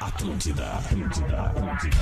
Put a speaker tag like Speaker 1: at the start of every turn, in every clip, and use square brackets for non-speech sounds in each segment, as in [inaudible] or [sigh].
Speaker 1: Atlântida, Atlântida, Atlântida.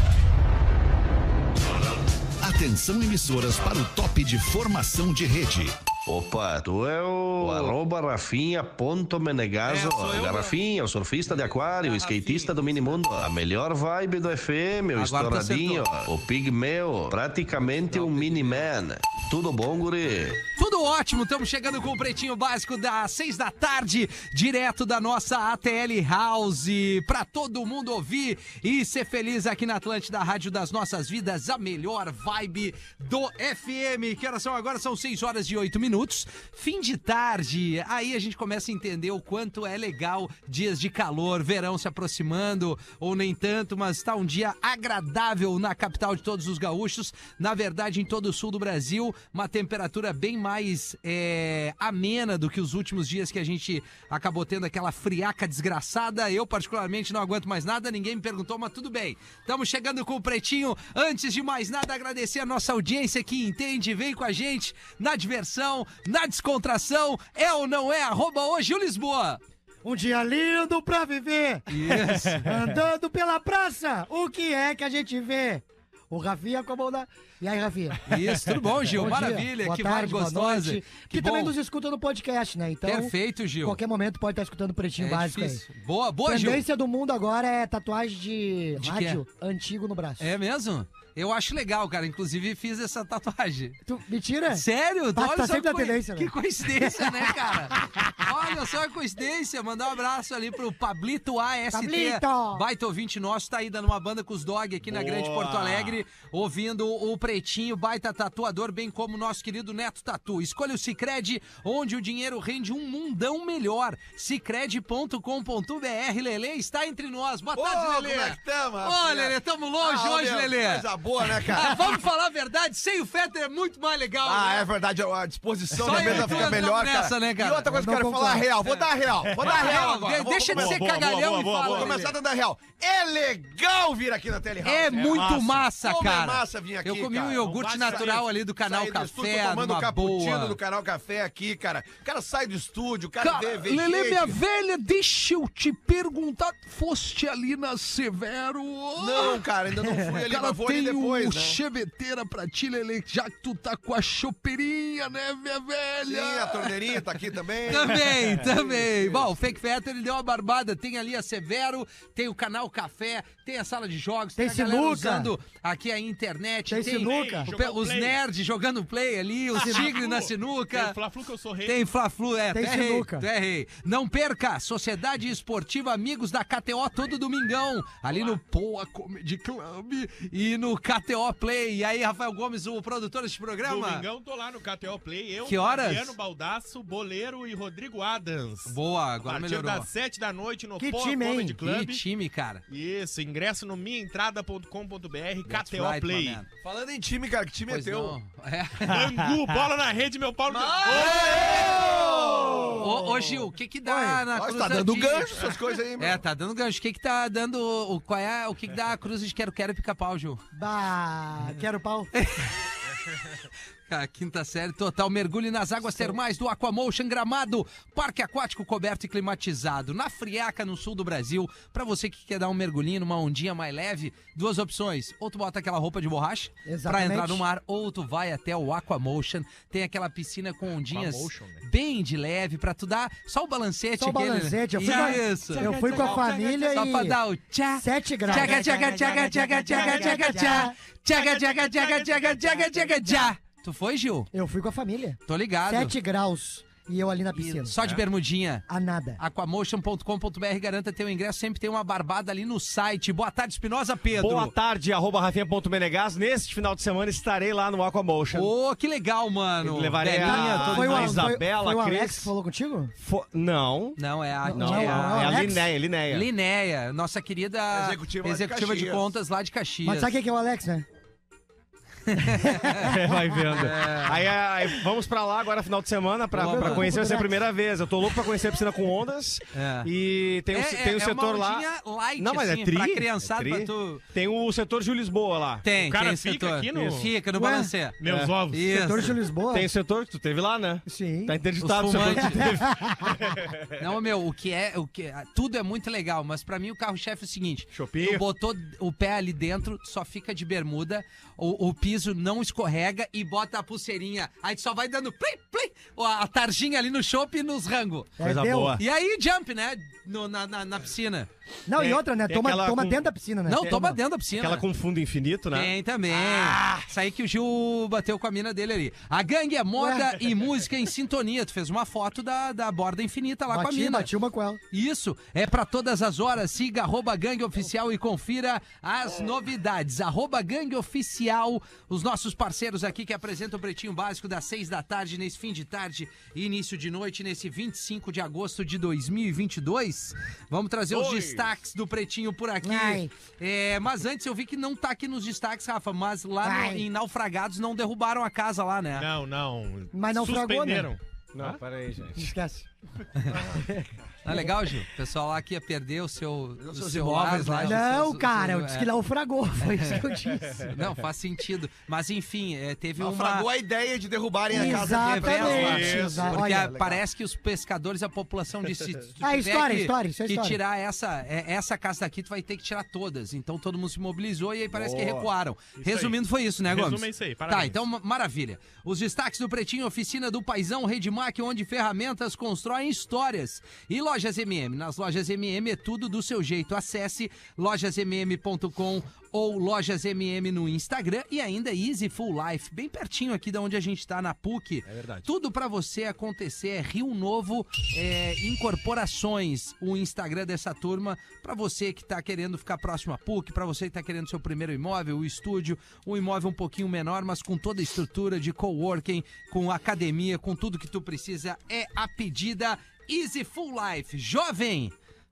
Speaker 2: Atenção emissoras para o top de formação de rede.
Speaker 3: Opa, tu é o, arroba Rafinha ponto Menegazo,
Speaker 4: É, sou eu,
Speaker 3: Garrafinha, o surfista de aquário, o skatista do minimundo, a melhor vibe do FM, o
Speaker 4: Agora tu
Speaker 3: estouradinho, o pigmeu, praticamente um miniman. Tudo bom, guri?
Speaker 4: Tudo ótimo, estamos chegando com o Pretinho Básico das seis da tarde, direto da nossa ATL House, para todo mundo ouvir e ser feliz aqui na Atlântida, a Rádio das Nossas Vidas, a melhor vibe do FM. Que horas são agora? São seis horas e oito minutos, fim de tarde. Aí a gente começa a entender o quanto é legal dias de calor, verão se aproximando, ou nem tanto, mas tá um dia agradável na capital de todos os gaúchos, na verdade em todo o sul do Brasil, uma temperatura bem mais é, amena do que os últimos dias que a gente acabou tendo aquela friaca desgraçada. Eu, particularmente, não aguento mais nada, ninguém me perguntou, mas tudo bem. Estamos chegando com o Pretinho. Antes de mais nada, agradecer a nossa audiência que entende, vem com a gente na diversão, na descontração. É ou não é? Arroba hoje o Lisboa.
Speaker 5: Um dia lindo pra viver.
Speaker 4: Isso.
Speaker 5: Andando pela praça, o que é que a gente vê? O Rafinha com a mão na... E aí, Rafinha?
Speaker 4: Isso, tudo bom, Gil?
Speaker 5: Bom dia,
Speaker 4: Maravilha,
Speaker 5: boa
Speaker 4: que
Speaker 5: tarde,
Speaker 4: vibe
Speaker 5: boa
Speaker 4: gostosa.
Speaker 5: noite.
Speaker 4: Que
Speaker 5: Que também
Speaker 4: bom.
Speaker 5: nos escuta no podcast, né? Então,
Speaker 4: [laughs] Perfeito, Gil.
Speaker 5: qualquer momento pode estar escutando o Pretinho
Speaker 4: É
Speaker 5: Básico
Speaker 4: difícil. Boa, boa,
Speaker 5: aí.
Speaker 4: Gil.
Speaker 5: tendência do mundo agora é tatuagem de,
Speaker 4: De
Speaker 5: rádio antigo no braço.
Speaker 4: É mesmo? Eu acho legal, cara. Inclusive, fiz essa tatuagem.
Speaker 5: Tu, mentira?
Speaker 4: Sério? Então
Speaker 5: Tá-
Speaker 4: Olha
Speaker 5: tá
Speaker 4: só
Speaker 5: sempre
Speaker 4: que,
Speaker 5: na tendência, né?
Speaker 4: que coincidência, né, cara? [laughs] Olha só que coincidência. Mandar um abraço ali pro Pablito AST.
Speaker 5: Pablito!
Speaker 4: Baita ouvinte nosso, tá aí dando uma banda com os dog aqui na Grande Porto Alegre, ouvindo o Pretinho, baita tatuador, bem como o nosso querido Neto Tatu. Escolha o Cicred, onde o dinheiro rende um mundão melhor. Cicred.com.br, Lele está entre nós. Boa
Speaker 6: Ô,
Speaker 4: tarde, Lele.
Speaker 6: como é que tamo,
Speaker 4: Ô,
Speaker 6: rapaz?
Speaker 4: Lele, tamo
Speaker 6: Ah,
Speaker 4: longe
Speaker 6: ô,
Speaker 4: hoje,
Speaker 6: meu,
Speaker 4: Lele.
Speaker 6: Coisa boa, né,
Speaker 4: Ah,
Speaker 6: cara?
Speaker 4: vamos falar a verdade, sem o Fetter é muito mais legal.
Speaker 6: Ah,
Speaker 4: né?
Speaker 6: é verdade, a disposição
Speaker 4: Só
Speaker 6: da
Speaker 4: eu e
Speaker 6: mesa
Speaker 4: tu
Speaker 6: fica
Speaker 4: andamos
Speaker 6: melhor,
Speaker 4: nessa,
Speaker 6: cara.
Speaker 4: né, cara?
Speaker 6: E outra coisa que
Speaker 5: Eu
Speaker 6: eu
Speaker 5: não
Speaker 6: quero falar
Speaker 5: concordo.
Speaker 6: real, vou dar real, vou dar real agora.
Speaker 4: de-
Speaker 6: vou-
Speaker 4: deixa
Speaker 6: vou-
Speaker 4: de ser
Speaker 6: vou-
Speaker 4: cagalhão
Speaker 7: boa,
Speaker 4: e
Speaker 7: boa,
Speaker 4: fala.
Speaker 6: Vou
Speaker 7: boa,
Speaker 4: Lelê.
Speaker 6: começar dando a real. É legal vir aqui na Telehouse.
Speaker 4: É muito massa,
Speaker 6: Como é
Speaker 4: cara.
Speaker 6: massa vir aqui,
Speaker 4: Eu comi um
Speaker 6: cara.
Speaker 4: iogurte
Speaker 7: Não vai
Speaker 4: natural
Speaker 7: sair-
Speaker 4: ali do canal
Speaker 6: Saí do estúdio,
Speaker 4: Café,
Speaker 6: tô tomando
Speaker 4: numa
Speaker 6: cappuccino
Speaker 4: boa.
Speaker 6: do Canal Café aqui, cara. O cara sai do estúdio, o cara
Speaker 4: Cara,
Speaker 6: vê, vê
Speaker 4: Lelê,
Speaker 6: gente.
Speaker 4: minha velha, deixa eu te perguntar, foste ali na Severo?
Speaker 6: Não, cara, ainda não fui ali,
Speaker 4: Cara,
Speaker 6: mas vou ali
Speaker 4: tem
Speaker 6: depois,
Speaker 4: um
Speaker 6: né?
Speaker 4: cheveteira pra ti, Lelê, já que tu tá com a chopeirinha, né, minha velha?
Speaker 6: Sim, a torneirinha tá aqui também. [laughs]
Speaker 4: Também, também. Bom, o Fake Fetter, ele deu uma barbada. Tem ali a Severo, tem o canal Café, tem a sala de jogos, tem,
Speaker 5: Tem
Speaker 4: a galera
Speaker 5: sinuca.
Speaker 4: usando aqui a internet.
Speaker 5: Tem sinuca.
Speaker 4: o pe-
Speaker 7: Jogou
Speaker 4: os
Speaker 7: play.
Speaker 4: nerds jogando play ali,
Speaker 6: [laughs]
Speaker 4: os tigres na
Speaker 7: Tem
Speaker 4: sinuca.
Speaker 7: Fla-Flu que eu sou rei.
Speaker 4: Tem Fla-Flu, é,
Speaker 5: Tem
Speaker 4: tu é rei,
Speaker 5: sinuca.
Speaker 4: tu é rei. Não perca, Sociedade Esportiva Amigos da KTO todo domingão, ali no Poa Comedy Club e no KTO Play. E aí, Rafael Gomes, o produtor deste programa?
Speaker 7: Domingão tô lá no KTO Play. Eu,
Speaker 4: Que horas?
Speaker 7: Fabiano Baldasso, Boleiro e Rodrigo Adams.
Speaker 4: Boa,
Speaker 7: A
Speaker 4: agora
Speaker 7: partir
Speaker 4: melhorou.
Speaker 7: das 7 da noite no
Speaker 5: Que
Speaker 7: Poa
Speaker 5: time, hein?
Speaker 7: Comedy Club.
Speaker 4: Que time, cara.
Speaker 7: Isso, ingresso no minhaentrada.com.br,
Speaker 4: That's
Speaker 7: KTO
Speaker 4: right,
Speaker 7: Play.
Speaker 4: my
Speaker 7: [laughs]
Speaker 4: man.
Speaker 6: Falando em time, cara, que time
Speaker 4: Pois
Speaker 6: é teu?
Speaker 4: não. É.
Speaker 7: Bangu, bola na rede, meu Paulo.
Speaker 4: Ô, ô, Gil, o que que dá na
Speaker 6: Nossa,
Speaker 4: cruz
Speaker 6: tá dando
Speaker 4: antiga?
Speaker 6: gancho essas coisas aí, meu.
Speaker 4: Ah, É, tá dando gancho. O que que tá dando... O, qual é, o que que dá a cruz de quero-quero e pica-pau, Gil?
Speaker 5: Bah, quero pau.
Speaker 4: É A quinta série total, mergulhe nas águas termais do Aquamotion Gramado, parque aquático coberto e climatizado, na Friaca, no sul do Brasil. Pra você que quer dar um mergulhinho numa ondinha mais leve, duas opções. Ou tu bota aquela roupa de borracha pra
Speaker 5: Exatamente.
Speaker 4: entrar no mar, ou tu vai até o Aquamotion, tem aquela piscina com ondinhas
Speaker 7: Aquamotion, né?
Speaker 4: bem de leve pra tu dar só o balancete.
Speaker 5: Só o
Speaker 4: aquele, né?
Speaker 5: balancete. Eu fui,
Speaker 4: Isso.
Speaker 5: com, a, eu fui com a família
Speaker 4: Só pra
Speaker 5: e...
Speaker 4: dar um o tchá.
Speaker 5: 7 graus.
Speaker 4: Tchaga, tchaga, tchaga, tchaga, tchaga, tchaga, tchaga. Tchaga, tchaga, tchaga, tchaga, tchaga, tchaga, tchá. Tu foi, Gil?
Speaker 5: Eu fui com a família.
Speaker 4: Tô ligado.
Speaker 5: 7 graus e eu ali na
Speaker 4: E
Speaker 5: piscina.
Speaker 4: Só de bermudinha.
Speaker 5: A nada.
Speaker 4: Aquamotion.com.br garanta teu ingresso, sempre tem uma barbada ali no site. Boa tarde, Espinosa Pedro.
Speaker 8: Boa tarde, arroba rafinha.menegas. Neste final de semana estarei lá no Aquamotion.
Speaker 4: Ô, que legal, mano.
Speaker 8: Levarei a-
Speaker 4: Belinha, todo
Speaker 8: Foi
Speaker 4: mundo.
Speaker 8: a Isabela,
Speaker 5: foi, foi o Alex
Speaker 8: Cris.
Speaker 5: que falou contigo?
Speaker 8: Fo- Não,
Speaker 4: Não, é a,
Speaker 8: não,
Speaker 5: Não,
Speaker 4: é
Speaker 8: é
Speaker 4: a...
Speaker 8: a
Speaker 5: Alex?
Speaker 8: Linéia, Linéia.
Speaker 4: Linéia, nossa querida
Speaker 6: Executiva lá de
Speaker 4: executiva de,
Speaker 6: Caxias.
Speaker 4: contas lá de Caxias.
Speaker 5: Mas sabe quem que é o Alex, né?
Speaker 8: É, vai vendo. Aí, é, aí, vamos pra lá agora, final de semana, pra,
Speaker 4: É. Vamos
Speaker 8: pra
Speaker 4: lá.
Speaker 8: conhecer. Vai ser a primeira vez. Eu tô louco pra conhecer a piscina com ondas.
Speaker 4: É.
Speaker 8: E tem o,
Speaker 4: É-
Speaker 8: tem
Speaker 4: é-
Speaker 8: o
Speaker 4: é
Speaker 8: setor
Speaker 4: uma
Speaker 8: lá.
Speaker 4: ondinha light,
Speaker 8: Não, mas
Speaker 4: assim,
Speaker 8: é tri.
Speaker 4: pra criançada,
Speaker 8: é tri.
Speaker 4: pra tu-
Speaker 8: Tem o setor Gil Lisboa lá.
Speaker 4: Tem,
Speaker 7: O cara
Speaker 4: tem
Speaker 7: fica
Speaker 4: setor.
Speaker 7: aqui no-
Speaker 4: Isso. Fica no
Speaker 5: Ué?
Speaker 4: balancê.
Speaker 8: É.
Speaker 7: Meus ovos.
Speaker 4: Isso.
Speaker 5: Setor de Lisboa?
Speaker 8: Tem o setor que tu teve lá, né?
Speaker 5: Sim.
Speaker 8: Tá interditado o
Speaker 4: Os
Speaker 8: setor que
Speaker 4: fumantes. É,
Speaker 8: tu teve.
Speaker 4: Não, meu, o que é. O que, tudo é muito legal, mas pra mim o carro-chefe é o seguinte:
Speaker 7: Chopinho.
Speaker 4: tu botou o pé ali dentro, só fica de bermuda, o, o piso não escorrega e bota a pulseirinha. Aí tu só vai dando plim, plim, ó, a tarjinha ali no chopp e nos rango.
Speaker 5: É,
Speaker 8: Coisa
Speaker 5: deu.
Speaker 8: boa.
Speaker 4: E aí, jump, né? No- na, na- na piscina.
Speaker 5: Não, e
Speaker 8: Tem-
Speaker 5: outra, né?
Speaker 8: tem
Speaker 5: Toma,
Speaker 8: aquela
Speaker 5: toma
Speaker 8: com-
Speaker 5: dentro da piscina, né?
Speaker 4: Não,
Speaker 5: Tem-
Speaker 4: toma dentro da piscina.
Speaker 8: Aquela com Ah! fundo infinito, né?
Speaker 4: Tem também. Isso aí que o Gil bateu com a mina dele ali. A gangue é moda e música em sintonia. Tu fez uma foto da, da borda infinita lá com a
Speaker 5: Bati,
Speaker 4: mina.
Speaker 5: bati uma com ela.
Speaker 4: Isso é pra todas as horas. Siga arroba gangue oficial e confira as novidades. Arroba gangue oficial, os nossos parceiros aqui que apresentam o Pretinho Básico das seis da tarde, nesse fim de tarde e início de noite, nesse 25 de agosto de 2022. Vamos trazer os destaques do Pretinho por aqui.
Speaker 5: Ai.
Speaker 4: É, mas antes eu vi que não tá aqui nos destaques, Rafa, mas lá no-
Speaker 5: Ai.
Speaker 4: em Naufragados não derrubaram a casa lá, né?
Speaker 7: Não, não.
Speaker 5: Mas não fragou, né?
Speaker 7: Suspenderam.
Speaker 8: Não, peraí, gente.
Speaker 5: Esquece.
Speaker 4: Não é legal, Gil? O pessoal lá que ia perder o seu, o
Speaker 6: seus
Speaker 4: seu
Speaker 6: imóveis
Speaker 4: lar,
Speaker 6: lá,
Speaker 4: né?
Speaker 5: Não,
Speaker 4: Os seus-
Speaker 5: cara,
Speaker 4: seus-
Speaker 5: eu disse
Speaker 4: é.
Speaker 5: que naufragou. Foi isso que eu disse.
Speaker 4: [laughs] Não, faz sentido. Mas enfim, é, teve uma.
Speaker 6: Naufragou a ideia de derrubarem a casa
Speaker 4: Exato.
Speaker 6: dele.
Speaker 5: Exatamente.
Speaker 7: Isso,
Speaker 5: exa-
Speaker 4: Porque
Speaker 5: é Olha,
Speaker 4: ah, parece que os pescadores, a população disse:
Speaker 5: [laughs]
Speaker 4: se tu
Speaker 5: Ah,
Speaker 4: tiver
Speaker 5: história,
Speaker 4: que,
Speaker 5: história, isso é
Speaker 4: que
Speaker 5: história.
Speaker 4: tirar essa, é, essa casa daqui, tu vai ter que tirar todas. Então todo mundo se mobilizou e aí parece que recuaram. Resumindo, foi isso, né, Gomes?
Speaker 7: Resume isso aí, parabéns.
Speaker 4: Tá, então ma- maravilha. Os destaques do Pretinho, oficina do Paizão, Redmac, onde ferramentas constroem histórias. E Lojas MM. Nas Lojas MM é tudo do seu jeito. Acesse lojasmm.com ou Lojas MM no Instagram e ainda Easy Full Life, bem pertinho aqui da onde a gente tá, na PUC. É verdade. Tudo pra você acontecer. É Rio Novo é, Incorporações, o Instagram dessa turma, pra você que tá querendo ficar próximo à PUC, pra você que tá querendo seu primeiro imóvel, o estúdio, um imóvel um pouquinho menor, mas com toda a estrutura de coworking, com academia, com tudo que tu precisa, é a pedida Easy Full Life. Jovem!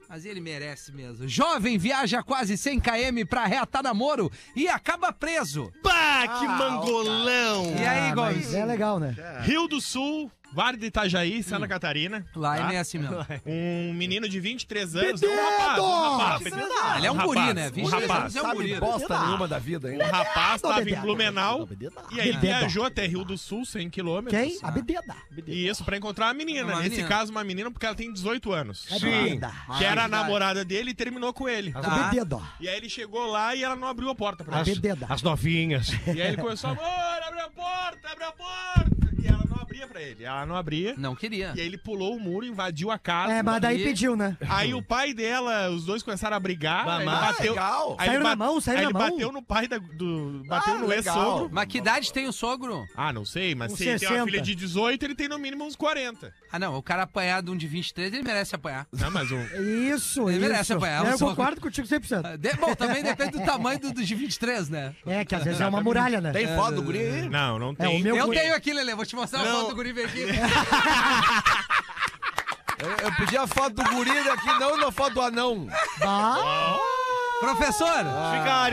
Speaker 4: Mas ele merece mesmo. Jovem viaja quase 100 km pra reatar namoro e acaba preso.
Speaker 8: Pá,
Speaker 4: Ah,
Speaker 8: que mangolão!
Speaker 4: e aí,
Speaker 5: Ah,
Speaker 4: Gomes?
Speaker 5: mas É legal, né?
Speaker 7: Rio do Sul, Vale de Itajaí, Santa Catarina.
Speaker 4: Hum. Lá
Speaker 7: tá?
Speaker 4: é meio assim mesmo.
Speaker 7: [laughs] Um menino de 23 anos. não, Um rapaz, um rapaz.
Speaker 4: Ah, ele é um
Speaker 7: rapaz,
Speaker 4: guri, né?
Speaker 7: um
Speaker 4: 23
Speaker 7: rapaz.
Speaker 4: anos é um guri.
Speaker 6: bosta nenhuma da vida ainda.
Speaker 7: O rapaz estava tá em
Speaker 5: bebeado,
Speaker 7: Blumenau e aí
Speaker 5: Bebeado.
Speaker 7: viajou até Rio do Sul, 100 quilômetros.
Speaker 5: Quem? A bebida.
Speaker 7: E isso pra encontrar uma menina.
Speaker 4: Uma
Speaker 7: Nesse
Speaker 4: menina.
Speaker 7: caso, uma menina, porque ela tem 18 anos.
Speaker 5: É bebida.
Speaker 7: Que era
Speaker 4: Maravilha.
Speaker 7: a namorada dele e terminou com ele.
Speaker 4: Tá.
Speaker 5: Bebida.
Speaker 7: E aí ele chegou lá e ela não abriu a porta
Speaker 4: Ah,
Speaker 7: pra
Speaker 5: A
Speaker 7: ele.
Speaker 5: bebida.
Speaker 4: [laughs]
Speaker 8: As novinhas.
Speaker 7: E aí ele começou, amor, abre a porta, abre a porta. E ela não abria pra ele. Ela não abria.
Speaker 4: Não queria.
Speaker 7: E aí ele pulou o muro, invadiu a casa.
Speaker 5: É, mas daí
Speaker 4: E-
Speaker 5: pediu, né?
Speaker 7: Aí o pai dela, os dois começaram a brigar. aí ele
Speaker 8: Mamar.
Speaker 7: bateu.
Speaker 6: Legal.
Speaker 7: Aí
Speaker 5: Saíram
Speaker 7: ele
Speaker 5: na
Speaker 7: bate-
Speaker 5: mão, saíram
Speaker 7: aí
Speaker 5: na
Speaker 7: ele
Speaker 5: mão.
Speaker 7: bateu no pai da- do. Bateu
Speaker 6: Ah,
Speaker 7: no
Speaker 6: legal.
Speaker 7: ex-sogro.
Speaker 4: Mas que idade tem o sogro?
Speaker 7: Ah, não sei, mas
Speaker 5: Uns
Speaker 7: se ele tem uma
Speaker 5: 60.
Speaker 7: filha de 18, ele tem no mínimo uns 40.
Speaker 4: Ah, não. O cara apanhado um de 23, ele merece apanhar.
Speaker 7: Não, mas um.
Speaker 5: [laughs] Isso,
Speaker 4: Ele
Speaker 5: isso.
Speaker 4: merece apanhar,
Speaker 5: Eu
Speaker 4: o sogro.
Speaker 5: concordo contigo 100%.
Speaker 4: Ah, de- Bom, também depende do tamanho do, do de 23, né?
Speaker 5: É, que às vezes é uma muralha, né?
Speaker 6: Tem foto do guri aí?
Speaker 7: Não, não
Speaker 5: É,
Speaker 7: tem.
Speaker 5: o meu-
Speaker 4: Eu
Speaker 5: guri.
Speaker 4: tenho aqui, Lelê. Vou te mostrar a
Speaker 6: Não.
Speaker 4: foto do guri vem aqui.
Speaker 6: Eu, eu pedi a foto do guri daqui, não na foto do anão.
Speaker 5: Ah,
Speaker 4: Professor!
Speaker 8: Ficar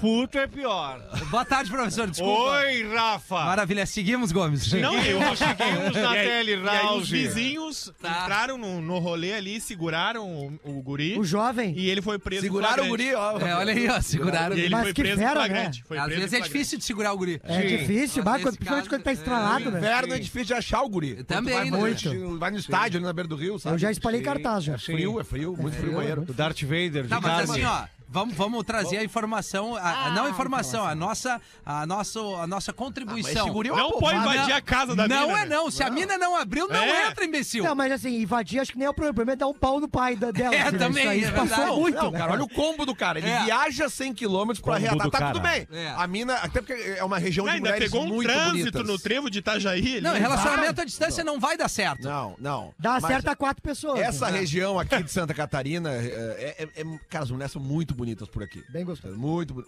Speaker 8: puto é pior.
Speaker 4: Boa tarde, professor. Desculpa.
Speaker 8: Oi, Rafa!
Speaker 4: Maravilha. Seguimos, Gomes.
Speaker 7: Não, eu
Speaker 8: Conseguimos na
Speaker 7: E aí-
Speaker 8: tele,
Speaker 7: e aí os
Speaker 8: Rouse.
Speaker 7: vizinhos
Speaker 4: Tá.
Speaker 7: entraram no, no rolê ali, seguraram o, o guri
Speaker 5: o jovem.
Speaker 7: e ele foi preso em
Speaker 6: Seguraram o
Speaker 7: flagrante.
Speaker 6: guri, ó.
Speaker 4: É, olha aí, ó. Seguraram.
Speaker 7: E ele
Speaker 5: Mas
Speaker 7: foi
Speaker 5: que
Speaker 7: preso em
Speaker 5: fera, né?
Speaker 7: flagrante. Foi
Speaker 4: Às
Speaker 7: preso em
Speaker 4: vezes é
Speaker 7: flagrante.
Speaker 4: difícil de segurar o guri.
Speaker 5: É
Speaker 8: Sim.
Speaker 5: difícil,
Speaker 4: Mas
Speaker 5: bah,
Speaker 4: nesse
Speaker 5: quando, principalmente
Speaker 4: caso,
Speaker 5: quando tá
Speaker 4: é,
Speaker 5: estralado, né?
Speaker 6: Inverno é difícil de achar o guri. Quando tu
Speaker 4: Também,
Speaker 6: vai,
Speaker 4: né?
Speaker 5: Muito.
Speaker 6: Vai no estádio, ali na beira do rio, sabe?
Speaker 5: Eu já espalhei cartaz, já.
Speaker 6: É frio, é frio, muito frio o banheiro.
Speaker 8: O Darth Vader de
Speaker 4: Tá, mas assim,
Speaker 8: Carmen.
Speaker 4: ó, vamos, vamos trazer a informação, a, Ah, a- não a informação, a nossa, a nossa, a nossa contribuição.
Speaker 6: guri é uma
Speaker 7: Não pode
Speaker 6: bobagem.
Speaker 7: invadir a casa da
Speaker 4: não
Speaker 7: mina,
Speaker 4: é
Speaker 7: né?
Speaker 4: não, se a mina não abriu, não
Speaker 7: É.
Speaker 4: entra, imbecil.
Speaker 5: Não, mas assim, invadir acho que nem é o problema. O problema é dar um pau no pai da- dela.
Speaker 4: É,
Speaker 5: assim, né?
Speaker 4: também,
Speaker 5: Isso aí
Speaker 4: é
Speaker 5: passou
Speaker 4: verdade.
Speaker 5: muito,
Speaker 6: Não,
Speaker 5: né?
Speaker 6: cara, olha o combo do cara. Ele
Speaker 4: É.
Speaker 6: viaja 100 km pra
Speaker 8: Combo
Speaker 6: reatar.
Speaker 8: do
Speaker 6: Tá tudo
Speaker 8: cara.
Speaker 6: bem.
Speaker 4: É.
Speaker 6: A mina, até porque é uma região
Speaker 7: Não,
Speaker 6: de
Speaker 7: ainda
Speaker 6: mulheres
Speaker 7: pegou um
Speaker 6: muito
Speaker 7: trânsito
Speaker 6: bonitas.
Speaker 7: no trevo de Itajaí. ele
Speaker 4: Não, é em
Speaker 7: não
Speaker 4: relacionamento à distância não vai dar certo.
Speaker 6: Não, não.
Speaker 5: Dá
Speaker 6: Mas
Speaker 5: certo a quatro pessoas. assim, né?
Speaker 6: Essa região aqui de Santa Catarina, é, é, é- é- cara, as mulheres são muito bonitas por aqui.
Speaker 5: Bem gostoso.
Speaker 6: Muito bo-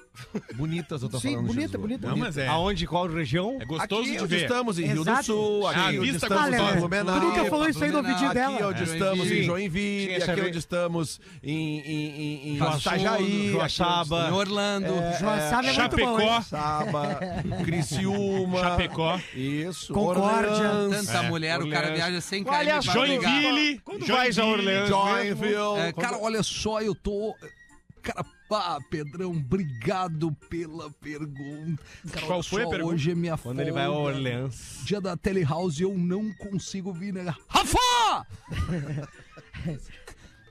Speaker 6: [laughs] bonitas, eu tô
Speaker 5: Sim,
Speaker 6: falando.
Speaker 3: coração do
Speaker 5: Bonito,
Speaker 3: Jesus.
Speaker 5: bonito,
Speaker 7: Não,
Speaker 5: bonito.
Speaker 7: mas é.
Speaker 8: Aonde, qual região?
Speaker 7: É gostoso
Speaker 6: aqui
Speaker 7: de
Speaker 6: onde
Speaker 7: ver.
Speaker 6: estamos, em Rio
Speaker 5: Exato.
Speaker 6: do Sul, aqui
Speaker 7: Ah, a
Speaker 6: onde
Speaker 7: vista
Speaker 6: estamos
Speaker 5: gostosa.
Speaker 6: em Blumenau.
Speaker 5: Tu nunca falou isso aí no
Speaker 6: Blumenau,
Speaker 5: vídeo dela.
Speaker 6: Aqui onde estamos em
Speaker 8: Sim.
Speaker 6: Joinville,
Speaker 8: Tinha
Speaker 6: aqui
Speaker 8: essa vez.
Speaker 6: onde estamos em, em, em, em
Speaker 4: Passo Fundo,
Speaker 6: Itajaí,
Speaker 8: Joaçaba.
Speaker 4: Em Orlando.
Speaker 5: Joaçaba é muito bom,
Speaker 7: Chapecó.
Speaker 5: hein?
Speaker 6: Saba, Criciúma.
Speaker 7: Chapecó.
Speaker 6: Isso.
Speaker 5: Concórdia.
Speaker 6: Orleans,
Speaker 4: Tanta mulher, o cara
Speaker 8: Orleans.
Speaker 4: viaja sem
Speaker 8: Olha,
Speaker 4: cair.
Speaker 7: Joinville.
Speaker 8: Quando vais a Orleans?
Speaker 6: Joinville.
Speaker 4: É, cara, olha só, eu tô. Cara, pá, Pedrão, obrigado pela pergunta. Cara,
Speaker 7: Qual
Speaker 4: olha
Speaker 7: foi a
Speaker 4: só,
Speaker 7: pergunta?
Speaker 4: Hoje é minha
Speaker 8: Quando ele vai a
Speaker 4: folga.
Speaker 8: Orleans.
Speaker 4: Dia da telehouse eu não consigo vir, né? Rafa! [laughs]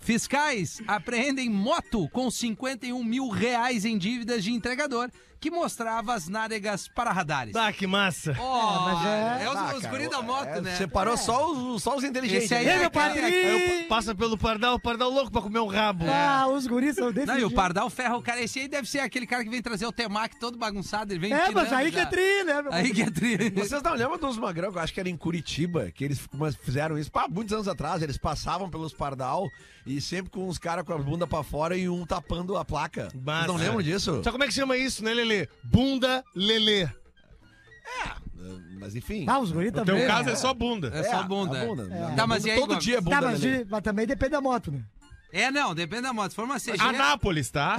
Speaker 4: Fiscais apreendem moto com 51 mil reais em dívidas de entregador que mostrava as nádegas para radares.
Speaker 8: Ah, que massa.
Speaker 4: Oh,
Speaker 5: mas é-
Speaker 4: é, os, os guri da moto,
Speaker 6: Ah, É,
Speaker 4: né?
Speaker 6: Separou só, os, só os inteligentes.
Speaker 4: Esse aí
Speaker 5: E aí,
Speaker 4: é
Speaker 5: meu
Speaker 4: aquele-
Speaker 5: padrinho?
Speaker 8: Passa pelo Pardal, o Pardal louco pra comer um rabo.
Speaker 5: Ah, os guris são
Speaker 4: Não,
Speaker 5: definidos.
Speaker 4: e o Pardal ferra o cara. Esse aí deve ser aquele cara que vem trazer o Temac todo bagunçado. Ele vem
Speaker 5: É, mas
Speaker 4: empinando
Speaker 5: aí que é
Speaker 4: já.
Speaker 5: tri, né? meu?
Speaker 4: Aí que é tri.
Speaker 6: Vocês não lembram dos magrão, que eu acho que era em Curitiba, que eles mas fizeram isso há muitos anos atrás, eles passavam pelos pardal e sempre com os caras com a bunda pra fora e um tapando a placa. Vocês
Speaker 8: Massa.
Speaker 6: não lembram disso?
Speaker 8: Só como é que chama isso, né, Lelê? Bunda Lelê.
Speaker 6: É, Mas enfim.
Speaker 5: Ah, os guris também.
Speaker 7: Teu
Speaker 5: né?
Speaker 7: caso é só bunda.
Speaker 4: É só
Speaker 6: a
Speaker 4: bunda.
Speaker 6: A
Speaker 4: Tá, mas
Speaker 6: bunda
Speaker 4: e aí,
Speaker 6: Todo
Speaker 4: Gomes?
Speaker 6: dia é bunda.
Speaker 5: Tá,
Speaker 8: né,
Speaker 5: mas,
Speaker 6: Lelê.
Speaker 5: de- mas também depende da moto, né?
Speaker 4: É, não, depende da moto. Se for uma CG,
Speaker 5: Ah,
Speaker 7: Anápolis, tá?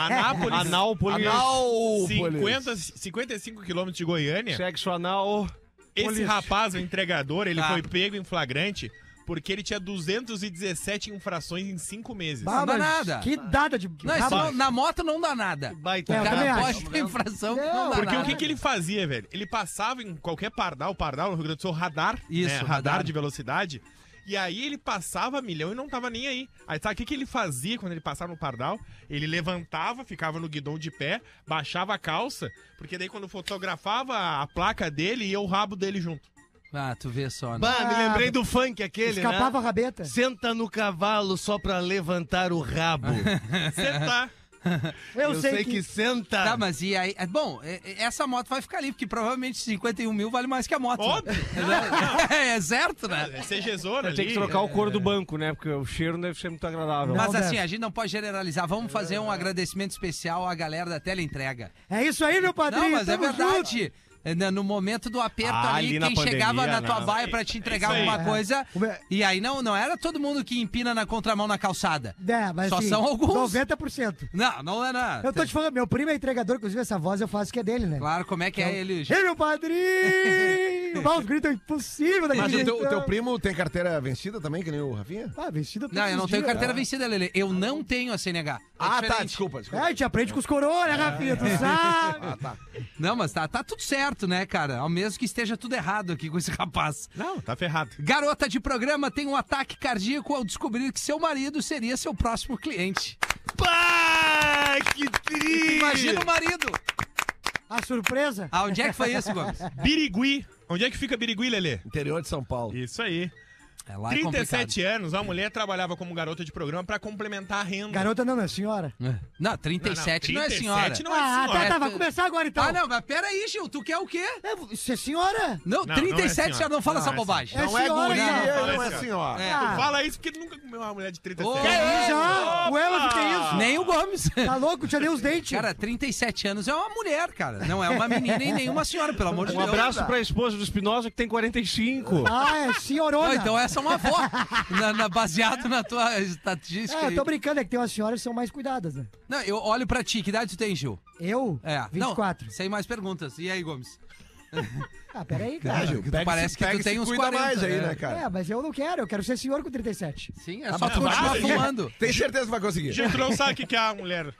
Speaker 7: Anápolis.
Speaker 8: Anápolis.
Speaker 6: Anal,
Speaker 7: 50, 55 quilômetros de Goiânia.
Speaker 8: Sexo anal.
Speaker 7: Esse rapaz, o entregador, ele
Speaker 4: Tá.
Speaker 7: foi pego em flagrante porque ele tinha 217 infrações em 5 meses.
Speaker 5: Bah,
Speaker 4: dá
Speaker 5: mas
Speaker 4: nada.
Speaker 5: Que dada de.
Speaker 4: Não, isso
Speaker 5: rabo.
Speaker 4: não- na moto não dá nada.
Speaker 8: Baita.
Speaker 5: É,
Speaker 4: O
Speaker 5: eu
Speaker 8: cara.
Speaker 5: também
Speaker 4: cara
Speaker 5: acho.
Speaker 4: pode ter infração que não
Speaker 5: Não,
Speaker 4: dá
Speaker 5: porque
Speaker 7: Porque
Speaker 4: nada.
Speaker 7: o que, que ele fazia, velho? Ele passava em qualquer pardal, pardal no Rio Grande do Sul, radar,
Speaker 4: Isso,
Speaker 7: né? radar,
Speaker 4: radar.
Speaker 7: de velocidade. E aí ele passava milhão e não tava nem aí. Aí sabe o que, que ele fazia quando ele passava no pardal? Ele levantava, ficava no guidão de pé, baixava a calça, porque daí quando fotografava a placa dele, ia o rabo dele junto.
Speaker 4: Ah, tu vê só, né?
Speaker 8: Bah, me lembrei do funk aquele,
Speaker 5: Escapava a
Speaker 8: né?
Speaker 5: rabeta.
Speaker 8: Senta no cavalo só pra levantar
Speaker 7: [laughs]
Speaker 8: o rabo.
Speaker 7: Sentar.
Speaker 5: Eu, sei, que.
Speaker 8: senta.
Speaker 4: Tá, mas e aí? é, Bom, é, é, essa moto vai ficar ali, porque provavelmente 51 mil vale mais que a moto. né?
Speaker 7: Óbvio.
Speaker 4: [laughs] é certo, né?
Speaker 7: É ser gesora ali.
Speaker 8: Tem que trocar o couro do banco, né? Porque o cheiro não deve ser muito agradável. Um
Speaker 4: Mas
Speaker 5: deve.
Speaker 4: assim, a gente não pode generalizar. Vamos fazer um agradecimento especial à galera da teleentrega.
Speaker 5: É isso aí, meu padrinho.
Speaker 4: Não, mas é
Speaker 5: tamo junto.
Speaker 4: verdade. É, né, No momento do aperto
Speaker 8: Ah,
Speaker 4: ali,
Speaker 8: ali na
Speaker 4: quem chegava
Speaker 8: pandemia,
Speaker 4: na tua
Speaker 8: não.
Speaker 4: baia pra te entregar
Speaker 7: isso aí.
Speaker 4: alguma coisa.
Speaker 5: Como é?
Speaker 4: E aí não, não era todo mundo que empina na contramão na calçada.
Speaker 5: É, mas
Speaker 4: Só
Speaker 5: assim,
Speaker 4: são alguns.
Speaker 5: 90%.
Speaker 4: Não, não é nada.
Speaker 5: Eu tô te falando, meu primo é entregador, inclusive essa voz eu faço que é dele, né?
Speaker 4: Claro, como é que é ele?
Speaker 5: Ei, meu padrinho! Dá uns gritos impossível daquele
Speaker 6: Mas o teu,
Speaker 5: jeitão.
Speaker 6: o teu primo tem carteira vencida também, que nem o Rafinha?
Speaker 5: Ah, vestido
Speaker 4: Não, eu não tenho carteira vencida, Lele. Eu não tenho a CNH. É
Speaker 6: ah, tá,
Speaker 4: diferente.
Speaker 6: desculpa,
Speaker 5: É,
Speaker 6: desculpa.
Speaker 5: a gente aprende com os coroas, né, Rafinha? Tu sabe?
Speaker 4: Não, mas tá, tá tudo certo, né, cara? Ao mesmo que esteja tudo errado aqui com esse [laughs] rapaz.
Speaker 7: Não, tá ferrado.
Speaker 4: Garota de programa tem um ataque cardíaco ao descobrir que seu marido seria seu próximo cliente.
Speaker 8: Pá, que triste!
Speaker 4: Imagina o marido!
Speaker 5: A surpresa?
Speaker 4: Aonde é que foi isso, Gomes?
Speaker 7: Birigui. Onde é que fica Birigui, Lelê?
Speaker 6: Interior de São Paulo.
Speaker 7: Isso aí.
Speaker 4: É lá é complicado.
Speaker 7: 37 anos, a mulher trabalhava como garota de programa pra complementar a renda.
Speaker 5: Garota não, né? Senhora.
Speaker 4: É. Não, 37 não, é senhora.
Speaker 7: 37 não é
Speaker 5: Ah,
Speaker 7: senhora.
Speaker 5: tá, tá, vai começar agora então.
Speaker 4: Ah, não, mas peraí, Gil, tu quer o quê?
Speaker 5: É, isso é senhora?
Speaker 4: Não,
Speaker 7: Não,
Speaker 4: 37
Speaker 7: não é
Speaker 4: já não fala essa
Speaker 7: senhora. Não, é
Speaker 4: bobagem.
Speaker 5: É
Speaker 6: Não é
Speaker 5: senhora,
Speaker 6: guria,
Speaker 7: não.
Speaker 6: não é senhora.
Speaker 4: É.
Speaker 5: Ah,
Speaker 7: Fala isso porque tu nunca comeu uma mulher de 37
Speaker 4: Ô,
Speaker 7: anos.
Speaker 5: que já? O Elas, o que é isso?
Speaker 4: Nem o Gomes.
Speaker 5: Tá louco? Tinha nem os dentes.
Speaker 4: Cara, 37 anos é uma mulher, cara. Não é uma menina e nenhuma senhora, pelo amor de
Speaker 8: Um
Speaker 4: Deus.
Speaker 8: abraço pra esposa do Espinosa que tem 45.
Speaker 5: Ah, é senhorona.
Speaker 4: Não, então essa é uma avó, na, na- baseado na tua estatística.
Speaker 5: É,
Speaker 4: aí.
Speaker 5: eu tô brincando, é que tem umas senhoras que são mais cuidadas, né?
Speaker 4: Não, eu olho pra ti, que idade tu tem, Gil?
Speaker 5: Eu?
Speaker 4: É, não,
Speaker 5: 24.
Speaker 4: sem mais perguntas. E aí, Gomes?
Speaker 5: Ah, peraí,
Speaker 6: Ah,
Speaker 5: cara.
Speaker 6: Gil,
Speaker 4: tu
Speaker 6: pega
Speaker 4: parece
Speaker 6: esse-
Speaker 4: que tu
Speaker 6: pega
Speaker 4: tem
Speaker 6: esse
Speaker 4: uns
Speaker 6: cuida
Speaker 4: 40,
Speaker 6: mais aí,
Speaker 4: né?
Speaker 6: né, cara?
Speaker 5: É, mas eu não quero, eu quero ser senhor com 37.
Speaker 4: Sim, é
Speaker 6: Ah,
Speaker 4: só
Speaker 6: mas
Speaker 4: tu continuar
Speaker 7: vai,
Speaker 4: fumando.
Speaker 6: Tem certeza que vai conseguir?
Speaker 7: Gente, tu não sabe o que que é a mulher.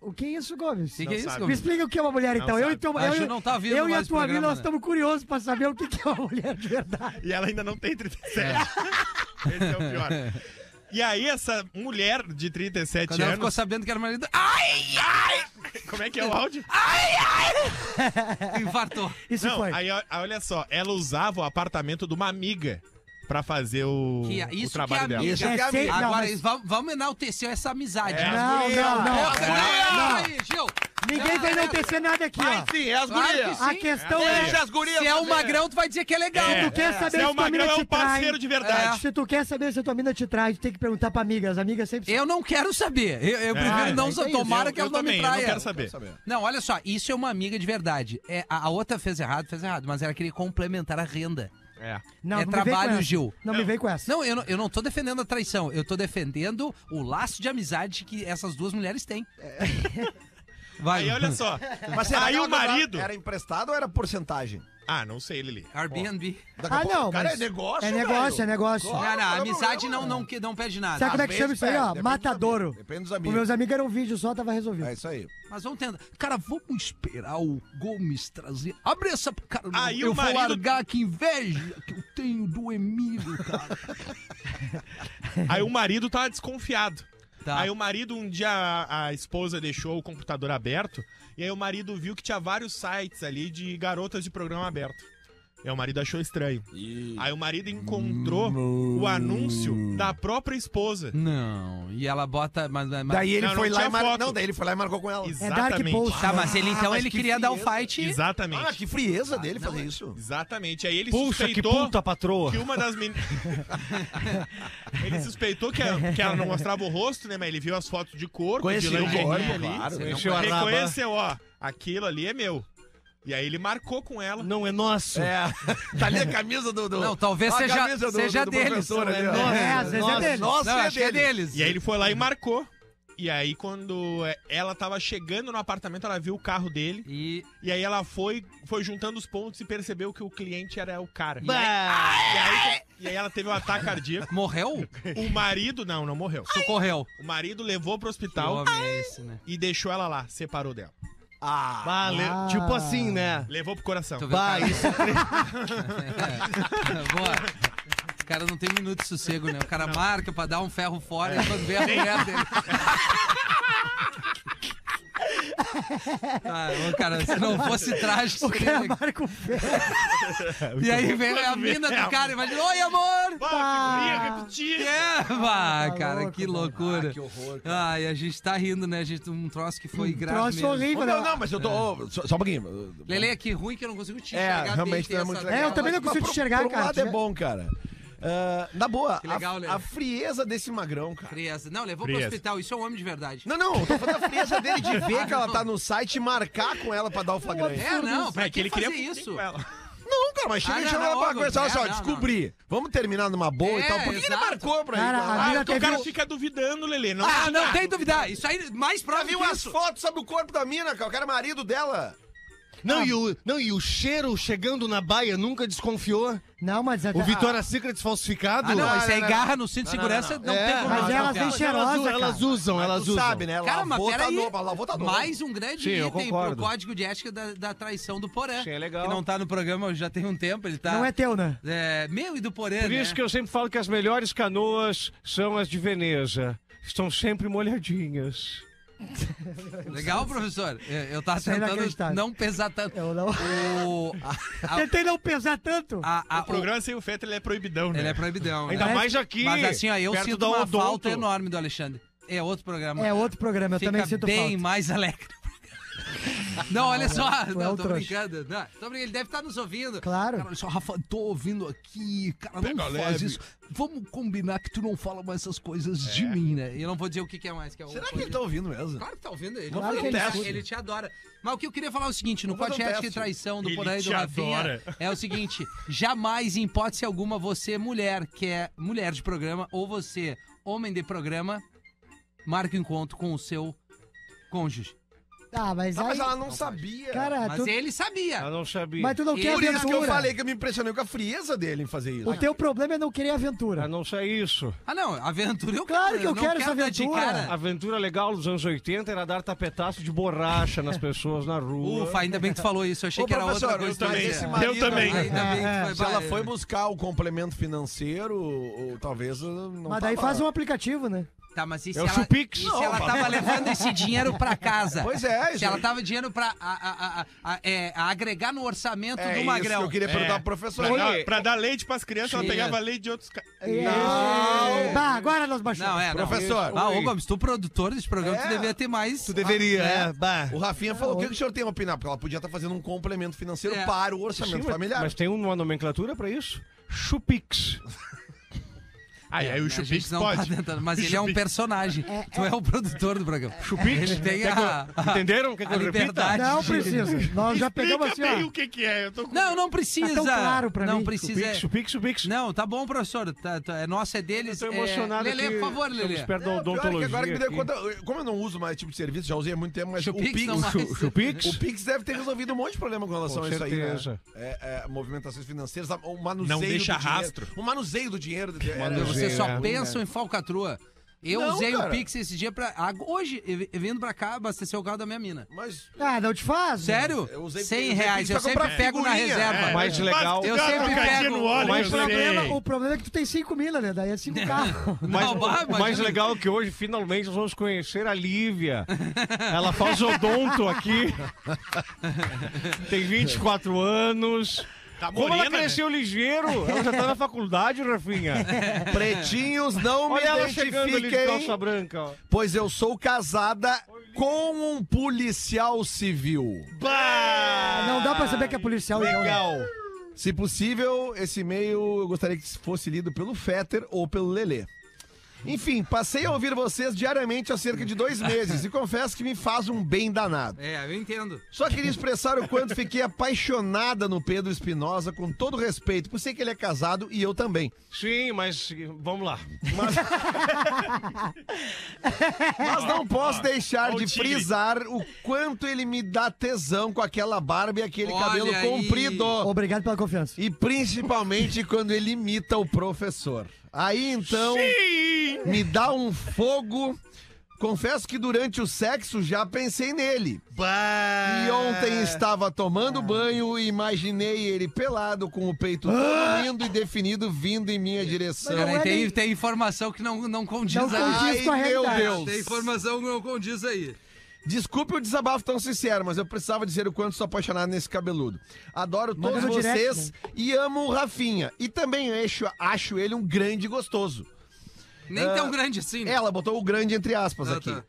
Speaker 5: O que é isso, Gomes?
Speaker 4: Que que é isso,
Speaker 5: Me
Speaker 7: sabe.
Speaker 4: Gomes?
Speaker 5: explica o que é uma mulher, então. Eu,
Speaker 7: sabe.
Speaker 5: e tua-
Speaker 4: A
Speaker 5: eu,
Speaker 4: Ju não tá vindo
Speaker 5: eu e a
Speaker 4: mais
Speaker 5: tua
Speaker 4: programa,
Speaker 5: amiga, nós
Speaker 4: né?
Speaker 5: estamos curiosos pra saber o que que é uma mulher de verdade.
Speaker 7: E ela ainda não tem 37. [laughs] Esse é o pior. E aí, essa mulher de 37
Speaker 4: Quando ela
Speaker 7: anos.
Speaker 4: ficou sabendo que era marido. Ai, ai!
Speaker 7: Como é que é o áudio?
Speaker 4: Ah, Infartou.
Speaker 5: Isso
Speaker 7: não,
Speaker 5: foi.
Speaker 7: aí, ó, aí olha só, ela usava o apartamento de uma amiga pra fazer o,
Speaker 4: Que- isso
Speaker 7: o
Speaker 4: que é
Speaker 7: trabalho dela.
Speaker 4: amiga.
Speaker 6: Isso que é
Speaker 5: É
Speaker 6: amigo.
Speaker 5: sempre- Não,
Speaker 4: Agora,
Speaker 5: mas-
Speaker 4: vamos, vamos enaltecer essa amizade.
Speaker 7: É.
Speaker 4: né?
Speaker 5: Não,
Speaker 6: mulher,
Speaker 5: não, não.
Speaker 4: Porra,
Speaker 5: não.
Speaker 4: não, não, aí, Gil.
Speaker 5: Ninguém vai enaltecer nada aqui,
Speaker 9: Vai
Speaker 5: ó.
Speaker 9: sim, é as
Speaker 4: Claro
Speaker 9: gurias.
Speaker 4: que sim.
Speaker 5: A questão é,
Speaker 9: Deixa as gurias.
Speaker 4: Se é o
Speaker 9: fazer.
Speaker 4: magrão, tu vai dizer que é legal.
Speaker 7: né? É.
Speaker 4: tu
Speaker 5: tu quer saber
Speaker 7: Se é
Speaker 5: se
Speaker 7: o
Speaker 5: tua mina
Speaker 7: magrão, é
Speaker 5: te
Speaker 7: um parceiro
Speaker 5: trai.
Speaker 7: de verdade.
Speaker 5: Se tu quer saber se tua mina te trai, tu tem que perguntar pra amiga. As amigas sempre...
Speaker 4: Eu não quero saber. Eu, eu prefiro não
Speaker 5: é
Speaker 4: sa-
Speaker 5: isso.
Speaker 4: tomara
Speaker 7: Eu-
Speaker 4: que ela
Speaker 7: eu
Speaker 4: não me
Speaker 7: também, eu
Speaker 4: traia.
Speaker 7: não quero saber.
Speaker 4: Não, olha só, isso é uma amiga de verdade. É, a, a outra fez errado, fez errado, mas ela queria complementar a renda.
Speaker 7: É.
Speaker 4: é
Speaker 5: Não, não me vem com
Speaker 4: trabalho,
Speaker 5: essa.
Speaker 4: Gil.
Speaker 5: Não me vem com essa.
Speaker 4: Não, eu não, eu não tô defendendo a traição, eu tô defendendo o laço de amizade que essas duas mulheres
Speaker 7: [laughs]
Speaker 4: têm. Vai.
Speaker 7: Aí olha só.
Speaker 6: [laughs] Mas será
Speaker 7: aí
Speaker 6: que
Speaker 7: o
Speaker 6: ela dava-
Speaker 7: marido.
Speaker 6: Era emprestado ou era porcentagem?
Speaker 7: Ah, não sei, Lili.
Speaker 4: Airbnb.
Speaker 6: Daqui
Speaker 5: Ah,
Speaker 6: a pouco-
Speaker 5: não,
Speaker 6: Cara,
Speaker 5: mas-
Speaker 6: é negócio,
Speaker 5: É negócio, é
Speaker 6: velho.
Speaker 5: negócio.
Speaker 6: Claro.
Speaker 4: Cara,
Speaker 6: não,
Speaker 4: a
Speaker 6: não,
Speaker 4: amizade
Speaker 6: não,
Speaker 4: não, não, que- não perde nada.
Speaker 5: Sabe como é que
Speaker 6: Às
Speaker 5: chama
Speaker 6: vezes
Speaker 5: isso aí,
Speaker 6: perde,
Speaker 5: ó?
Speaker 6: depende dos
Speaker 5: Matadouro.
Speaker 6: amigos, depende dos
Speaker 5: Os
Speaker 6: amigos.
Speaker 5: meus amigos era um vídeo só, tava resolvido.
Speaker 6: É isso aí.
Speaker 4: Mas vamos tentar. Cara, vamos esperar o Gomes trazer. Abre essa. Cara, não-
Speaker 7: Aí o
Speaker 4: eu vou
Speaker 7: marido-
Speaker 4: largar que inveja que eu tenho do Emílio, cara.
Speaker 7: Aí o marido tava desconfiado.
Speaker 4: Tá.
Speaker 7: Aí o marido, um dia a, a esposa deixou o computador aberto, e aí o marido viu que tinha vários sites ali de garotas de programa aberto. E aí o marido achou estranho. Aí o marido encontrou o
Speaker 6: Hum.
Speaker 7: anúncio da própria
Speaker 4: [laughs]
Speaker 7: esposa.
Speaker 4: Não, e ela bota. Mas, mas-
Speaker 6: Daí ele
Speaker 7: Não, não
Speaker 6: foi lá
Speaker 7: tinha
Speaker 6: e mar...
Speaker 7: foto.
Speaker 6: Não, daí ele foi lá e marcou com ela.
Speaker 5: É Dark
Speaker 7: Exatamente.
Speaker 5: Post.
Speaker 4: Tá, mas ele então
Speaker 6: Ah, mas
Speaker 4: ele
Speaker 6: que
Speaker 4: queria dar o
Speaker 6: frieza.
Speaker 4: fight.
Speaker 7: Exatamente.
Speaker 6: Ah, que frieza dele fazer isso.
Speaker 7: Exatamente. Aí ele
Speaker 8: Puxa, que
Speaker 7: suspeitou
Speaker 8: puta patroa.
Speaker 7: que uma das meninas. [laughs] ele suspeitou que, a- que ela não mostrava o rosto, né? Mas ele viu as fotos de corpo,
Speaker 6: Conheceu
Speaker 7: de
Speaker 6: o
Speaker 7: lingerie
Speaker 6: corpo,
Speaker 7: ali.
Speaker 6: claro.
Speaker 4: né? Você não
Speaker 8: Encheu a raba.
Speaker 7: Reconheceu, ó, aquilo ali é meu. E aí ele marcou com ela.
Speaker 8: Não é nosso.
Speaker 6: É, tá ali a camisa do. do
Speaker 4: Não, talvez
Speaker 6: a
Speaker 4: seja-
Speaker 6: camisa do-
Speaker 4: seja
Speaker 6: do, do
Speaker 4: deles.
Speaker 6: professor ali, ó.
Speaker 8: Nossa,
Speaker 5: É, às vezes é
Speaker 8: nossa,
Speaker 5: deles.
Speaker 6: Nossa,
Speaker 4: Não,
Speaker 6: é
Speaker 4: acho que é
Speaker 6: dele.
Speaker 4: deles.
Speaker 7: E aí ele foi lá e marcou. E aí quando é, ela tava chegando no apartamento, ela viu o carro dele.
Speaker 4: E.
Speaker 7: E aí ela foi, foi juntando os pontos e percebeu que o cliente era o cara. E aí,
Speaker 8: Bah.
Speaker 7: e aí ela teve um ataque cardíaco.
Speaker 4: Morreu?
Speaker 7: [laughs] O marido, não, não morreu.
Speaker 4: Socorreu.
Speaker 7: O marido levou pro
Speaker 4: Que
Speaker 7: hospital
Speaker 4: homem é esse, né?
Speaker 7: e deixou ela lá, separou dela.
Speaker 6: Ah,
Speaker 8: Valeu.
Speaker 5: Ah.
Speaker 8: Tipo assim, né?
Speaker 7: Levou pro coração.
Speaker 4: Tu vê o
Speaker 8: Bah,
Speaker 4: cara-
Speaker 8: isso
Speaker 4: É. [laughs] Boa. O cara não tem minuto de sossego, né? O cara marca pra dar um ferro fora e quando vê a mulher dele. Ah, ô, cara, se não fosse trágico,
Speaker 5: O
Speaker 4: seria
Speaker 5: cara
Speaker 4: legal.
Speaker 5: marca o pé.
Speaker 4: E aí vem a mina do cara e vai dizer, oi, amor!
Speaker 7: Ah, repetir.
Speaker 4: É, bah, cara,
Speaker 5: louco,
Speaker 4: que
Speaker 5: mano.
Speaker 4: loucura.
Speaker 6: que horror.
Speaker 4: Ai, a gente tá rindo, né? A gente, um troço que foi grave
Speaker 5: Troço
Speaker 4: mesmo.
Speaker 5: horrível.
Speaker 6: Ô,
Speaker 5: né?
Speaker 6: meu, não, mas eu tô. ô, Só, só um pouquinho.
Speaker 4: Lele, é que ruim que eu não consigo te
Speaker 6: É,
Speaker 4: enxergar bem.
Speaker 6: realmente
Speaker 4: tem
Speaker 6: não é
Speaker 4: essa
Speaker 6: muito
Speaker 4: tela.
Speaker 6: legal.
Speaker 5: É, eu também não consigo
Speaker 6: Mas
Speaker 5: te enxergar,
Speaker 6: por,
Speaker 5: cara.
Speaker 6: Um lado é bom, cara. Ah, na boa,
Speaker 4: Que legal,
Speaker 6: a-
Speaker 4: Lele.
Speaker 6: a, frieza desse magrão, cara.
Speaker 4: Frieza. Não, levou pro
Speaker 7: Frieza.
Speaker 4: hospital. Isso é um homem de verdade.
Speaker 6: Não, não, eu tô falando da frieza dele de ver que ela tá no site e marcar com ela pra dar o flagrante.
Speaker 4: É, não, pra
Speaker 7: É que
Speaker 4: que
Speaker 7: ele
Speaker 4: fazer
Speaker 7: queria
Speaker 4: isso?
Speaker 7: com ela.
Speaker 6: Não, Então, cara, mas
Speaker 4: Ah,
Speaker 6: chega e
Speaker 4: não,
Speaker 6: chama
Speaker 4: não,
Speaker 6: ela pra
Speaker 4: óbvio,
Speaker 6: conversar. Olha
Speaker 4: é,
Speaker 6: só,
Speaker 4: não,
Speaker 6: descobri. Vamos terminar numa boa
Speaker 4: É,
Speaker 6: e tal. Por que, que ele
Speaker 4: exato.
Speaker 6: marcou pra
Speaker 5: Cara, a
Speaker 6: ele?
Speaker 5: mina
Speaker 7: Ah, porque o
Speaker 5: teve
Speaker 7: cara
Speaker 5: um-
Speaker 7: fica duvidando, Lelê. Não
Speaker 4: Ah, não tem duvidar. Isso aí, mais
Speaker 6: Ah,
Speaker 4: prova
Speaker 6: viu
Speaker 4: que
Speaker 6: as
Speaker 4: isso.
Speaker 6: fotos sobre o corpo da mina, cara. O cara é marido dela.
Speaker 8: Não, e o, não, e o cheiro chegando na baia nunca desconfiou?
Speaker 5: Não, mas... é Ah,
Speaker 8: O Vitória Secret falsificado?
Speaker 4: Ah, não,
Speaker 6: Ah,
Speaker 4: isso aí
Speaker 6: não, não.
Speaker 4: garra no cinto de segurança, não,
Speaker 8: É,
Speaker 4: tem como.
Speaker 5: mas
Speaker 4: não,
Speaker 5: elas
Speaker 4: cara.
Speaker 5: têm cheirosa,
Speaker 8: elas, u-
Speaker 5: cara.
Speaker 8: elas usam, elas
Speaker 6: tu
Speaker 8: usam.
Speaker 6: sabe, né?
Speaker 4: Cara, mas
Speaker 6: lavou, tá
Speaker 4: peraí.
Speaker 6: nova, lavou, tá nova.
Speaker 4: Mais um grande
Speaker 8: Sim, eu
Speaker 4: item pro
Speaker 8: concordo.
Speaker 4: código de ética da, da traição do Porã.
Speaker 8: Sim, é legal.
Speaker 4: Que não tá no programa já tem um tempo, ele tá...
Speaker 5: Não é teu, né?
Speaker 4: É, meu e do Porã,
Speaker 8: Por
Speaker 4: né?
Speaker 8: isso que eu sempre falo que as melhores canoas são as de Veneza. Estão sempre molhadinhas.
Speaker 4: Legal, professor? Eu, eu tava
Speaker 5: Isso é
Speaker 4: tentando
Speaker 5: inacreditável.
Speaker 4: não pesar tanto.
Speaker 5: Eu não...
Speaker 4: O... a-
Speaker 5: Tentei não pesar tanto.
Speaker 4: a-
Speaker 8: [laughs]
Speaker 4: a-
Speaker 7: O programa sem o Fetter, ele é proibidão, né?
Speaker 4: Ele é proibidão,
Speaker 8: Ainda
Speaker 4: né?
Speaker 8: mais aqui.
Speaker 4: Mas assim, ó, eu
Speaker 8: perto
Speaker 4: sinto
Speaker 8: da
Speaker 4: uma
Speaker 8: Odonto.
Speaker 4: falta enorme do Alexandre. É outro programa.
Speaker 5: É outro programa, eu
Speaker 4: Fica
Speaker 5: também sinto
Speaker 4: bem
Speaker 5: falta.
Speaker 4: mais alegre. [laughs] Não, olha só,
Speaker 5: é
Speaker 4: não,
Speaker 5: um
Speaker 4: tô
Speaker 5: trouxa.
Speaker 4: brincando. Não, tô brincando, ele deve estar nos ouvindo.
Speaker 5: Claro.
Speaker 4: Cara, olha só, Rafa, tô ouvindo aqui, cara, não faz isso. Vamos combinar que tu não fala mais essas coisas de mim, né? Eu não vou dizer o que, que é mais. Que é o-
Speaker 6: É. Será que ele tá ouvindo mesmo?
Speaker 4: Claro que tá ouvindo ele.
Speaker 5: Claro que
Speaker 4: ele,
Speaker 5: ele
Speaker 4: te-
Speaker 5: escuta.
Speaker 4: ele te adora. Mas o que eu queria falar é o seguinte: no
Speaker 6: fazer um
Speaker 4: podcast de
Speaker 6: teste.
Speaker 4: traição do
Speaker 7: Ele
Speaker 4: Porã e do
Speaker 7: te
Speaker 4: Rafinha,
Speaker 7: adora.
Speaker 4: é o seguinte: jamais, em hipótese alguma, você, mulher, que é mulher de programa, ou você, homem de programa, marca o encontro com o seu cônjuge.
Speaker 5: Ah, mas
Speaker 6: Ah,
Speaker 5: aí...
Speaker 6: mas ela não sabia.
Speaker 5: Cara,
Speaker 4: Mas
Speaker 5: tu...
Speaker 4: ele
Speaker 8: Eu
Speaker 4: sabia.
Speaker 8: Ah, não sabia.
Speaker 5: Mas tu não quer
Speaker 4: Por
Speaker 6: Por isso que eu
Speaker 5: aventura.
Speaker 6: falei que eu me impressionei com a frieza dele em fazer isso.
Speaker 5: O teu problema é não querer aventura.
Speaker 8: A não ser isso.
Speaker 4: Ah, não, aventura eu
Speaker 5: Claro
Speaker 4: quero.
Speaker 5: que eu
Speaker 4: não
Speaker 5: quero essa
Speaker 4: dar de
Speaker 5: aventura.
Speaker 4: cara.
Speaker 8: A aventura legal dos anos 80 era dar tapetaço de borracha nas pessoas na rua.
Speaker 4: Ufa, ainda bem que tu falou isso. Eu achei
Speaker 6: Ô,
Speaker 4: que era outra
Speaker 6: professor,
Speaker 4: coisa. né?
Speaker 6: eu
Speaker 4: que ia
Speaker 6: também.
Speaker 4: dizer.
Speaker 6: Esse marido
Speaker 7: Eu também.
Speaker 6: aí,
Speaker 4: Ainda bem que
Speaker 5: É,
Speaker 4: foi
Speaker 6: Se ela
Speaker 4: bah,
Speaker 6: foi buscar o complemento financeiro, ou, talvez eh, não tá
Speaker 5: Mas daí
Speaker 6: tava-
Speaker 5: faz um aplicativo, né?
Speaker 4: Tá, mas e se
Speaker 8: É o
Speaker 4: ela,
Speaker 8: Chupix.
Speaker 4: e se ela tava levando esse dinheiro pra casa?
Speaker 6: Pois é,
Speaker 4: Se
Speaker 6: isso
Speaker 4: ela
Speaker 6: aí.
Speaker 4: tava dinheiro pra a, a- a- a- é, a agregar no orçamento
Speaker 6: É
Speaker 4: do
Speaker 6: isso que
Speaker 4: Magrão.
Speaker 6: eu queria perguntar pro professor.
Speaker 7: Pra, dar,
Speaker 8: Olha-
Speaker 7: pra dar leite pras crianças, ela
Speaker 4: Sim.
Speaker 7: pegava leite de outros caras.
Speaker 5: É. Não. Bah, É. Tá, agora nós baixamos.
Speaker 4: Não, é, não.
Speaker 6: Professor.
Speaker 4: Ah, ô Gomes, tu produtor desse programa,
Speaker 6: É.
Speaker 4: tu devia ter mais... Tu
Speaker 8: Deveria, é. Bah.
Speaker 6: Né? O Rafinha falou, o que que o senhor tem a opinar? Porque ela podia estar fazendo um complemento financeiro
Speaker 4: É.
Speaker 6: para o orçamento
Speaker 8: Sim, mas-
Speaker 6: familiar.
Speaker 8: Mas tem uma nomenclatura pra isso? Chupix.
Speaker 7: Aí, aí o
Speaker 4: a gente
Speaker 7: Chupix
Speaker 4: não tá
Speaker 7: pode.
Speaker 4: tentando, mas ele é um
Speaker 7: Chupix.
Speaker 4: personagem. Tu é o produtor do programa.
Speaker 5: Tá
Speaker 8: Chupix.
Speaker 4: Ele tem
Speaker 8: Quer que eu-
Speaker 4: a-
Speaker 8: Entenderam? Quer que
Speaker 4: a
Speaker 8: eu repita?
Speaker 4: liberdade.
Speaker 5: Não precisa. Nós já pegamos assim,
Speaker 7: Explica bem o
Speaker 5: ó.
Speaker 7: que que é. Eu tô com...
Speaker 4: Não, não precisa.
Speaker 5: Tá tão claro pra
Speaker 4: não
Speaker 5: mim.
Speaker 4: precisa.
Speaker 8: Chupix, chupix, chupix.
Speaker 4: é- Não, tá bom, professor. Tá- tá- é nosso, é deles.
Speaker 8: Tô
Speaker 4: é-
Speaker 8: emocionado
Speaker 4: Lelê,
Speaker 8: aqui.
Speaker 4: por favor,
Speaker 8: Estamos
Speaker 4: Lelê.
Speaker 8: perto da
Speaker 6: Não, pior é que
Speaker 8: odontologia
Speaker 6: agora que me dei
Speaker 8: aqui.
Speaker 6: conta, eu- como eu não uso mais esse tipo de serviço, já usei há muito tempo, mas o
Speaker 4: Chupix,
Speaker 6: Pix,
Speaker 4: não mais.
Speaker 8: Chu- Chupix?
Speaker 6: o Pix deve ter resolvido um monte de problema com relação
Speaker 8: Com
Speaker 6: a isso aí, né?
Speaker 8: certeza.
Speaker 6: É, é, movimentações financeiras, o manuseio
Speaker 7: Não deixa
Speaker 6: do dinheiro.
Speaker 7: rastro.
Speaker 6: O manuseio do dinheiro.
Speaker 8: Manuseio.
Speaker 4: Vocês só
Speaker 8: É.
Speaker 4: pensam em falcatrua. Eu
Speaker 6: Não,
Speaker 4: usei o
Speaker 6: cara.
Speaker 4: Pix esse dia pra. ag- Hoje, eu- eu vindo pra cá, abastecer o carro da minha mina.
Speaker 8: [laughs]
Speaker 6: Mas
Speaker 5: Ah, não te faz.
Speaker 4: Sério?
Speaker 6: Eu usei-
Speaker 4: 100
Speaker 6: eu usei
Speaker 4: reais.
Speaker 6: Pix pra
Speaker 4: Eu sempre
Speaker 6: comprar
Speaker 4: pego na
Speaker 6: figurinha,
Speaker 4: reserva.
Speaker 7: é.
Speaker 8: Mais legal.
Speaker 7: Mas
Speaker 4: Eu
Speaker 7: tu dá uma
Speaker 4: sempre
Speaker 7: trocadinha
Speaker 4: pego
Speaker 7: no óleo,
Speaker 8: mais
Speaker 5: O
Speaker 7: eu sei.
Speaker 5: problema, o problema é que tu tem 5 mil, né? Daí é 5 carros.
Speaker 4: Não,
Speaker 8: Mas,
Speaker 4: vai,
Speaker 8: o mais
Speaker 4: imagina.
Speaker 8: legal é que hoje, finalmente, nós vamos conhecer a Lívia. Ela faz odonto aqui.
Speaker 4: [laughs]
Speaker 8: Tem 24 anos.
Speaker 7: Tá
Speaker 8: Como ela
Speaker 7: morena, né?
Speaker 8: cresceu ligeiro, ela já tá na faculdade,
Speaker 6: [laughs]
Speaker 8: Rafinha.
Speaker 6: pretinhos não
Speaker 8: Olha ela
Speaker 6: me
Speaker 8: chegando ali de calça
Speaker 6: identifiquem,
Speaker 8: branca. ó.
Speaker 6: pois eu sou casada com um policial civil.
Speaker 7: Bah!
Speaker 5: Não dá pra saber que é policial. então, né?
Speaker 8: Legal.
Speaker 6: Se possível, esse e-mail eu gostaria que fosse lido pelo Fetter ou pelo Lelê. Enfim, passei a ouvir vocês diariamente há cerca de dois meses e confesso que me faz um bem danado.
Speaker 4: É, eu entendo.
Speaker 6: Só queria expressar o quanto fiquei apaixonada no Pedro Espinosa, com todo respeito, por ser que ele é casado e eu também.
Speaker 8: Sim, mas vamos lá.
Speaker 6: Mas não posso deixar
Speaker 7: ó o
Speaker 6: de
Speaker 7: tigre.
Speaker 6: frisar o quanto ele me dá tesão com aquela barba e aquele
Speaker 4: Olha
Speaker 6: cabelo
Speaker 4: aí.
Speaker 6: comprido.
Speaker 5: Obrigado pela confiança.
Speaker 6: E principalmente [laughs] quando ele imita o professor. Aí então me dá um fogo. Confesso que durante o sexo já pensei nele. E ontem estava
Speaker 5: Ah.
Speaker 6: tomando banho e imaginei ele pelado com o peito todo lindo e definido vindo em minha direção.
Speaker 5: Ah! Mas não
Speaker 4: Peraí,
Speaker 5: é
Speaker 4: tem,
Speaker 5: nem-
Speaker 4: tem informação que não, não condiz
Speaker 5: Não
Speaker 4: aí.
Speaker 5: condiz.
Speaker 6: Ai,
Speaker 5: Isso com a
Speaker 6: meu
Speaker 5: realidade.
Speaker 4: Tem
Speaker 6: Deus.
Speaker 4: informação que não condiz aí.
Speaker 6: Desculpe o desabafo tão sincero, mas eu precisava dizer o quanto sou apaixonado nesse cabeludo. Adoro
Speaker 5: Manda
Speaker 6: todos
Speaker 5: no direct,
Speaker 6: vocês
Speaker 4: né?
Speaker 6: e amo o Rafinha. E também acho, acho ele um grande gostoso.
Speaker 4: Nem tão grande assim. né?
Speaker 6: Ela botou o grande entre aspas
Speaker 4: Ah,
Speaker 6: aqui.
Speaker 4: tá.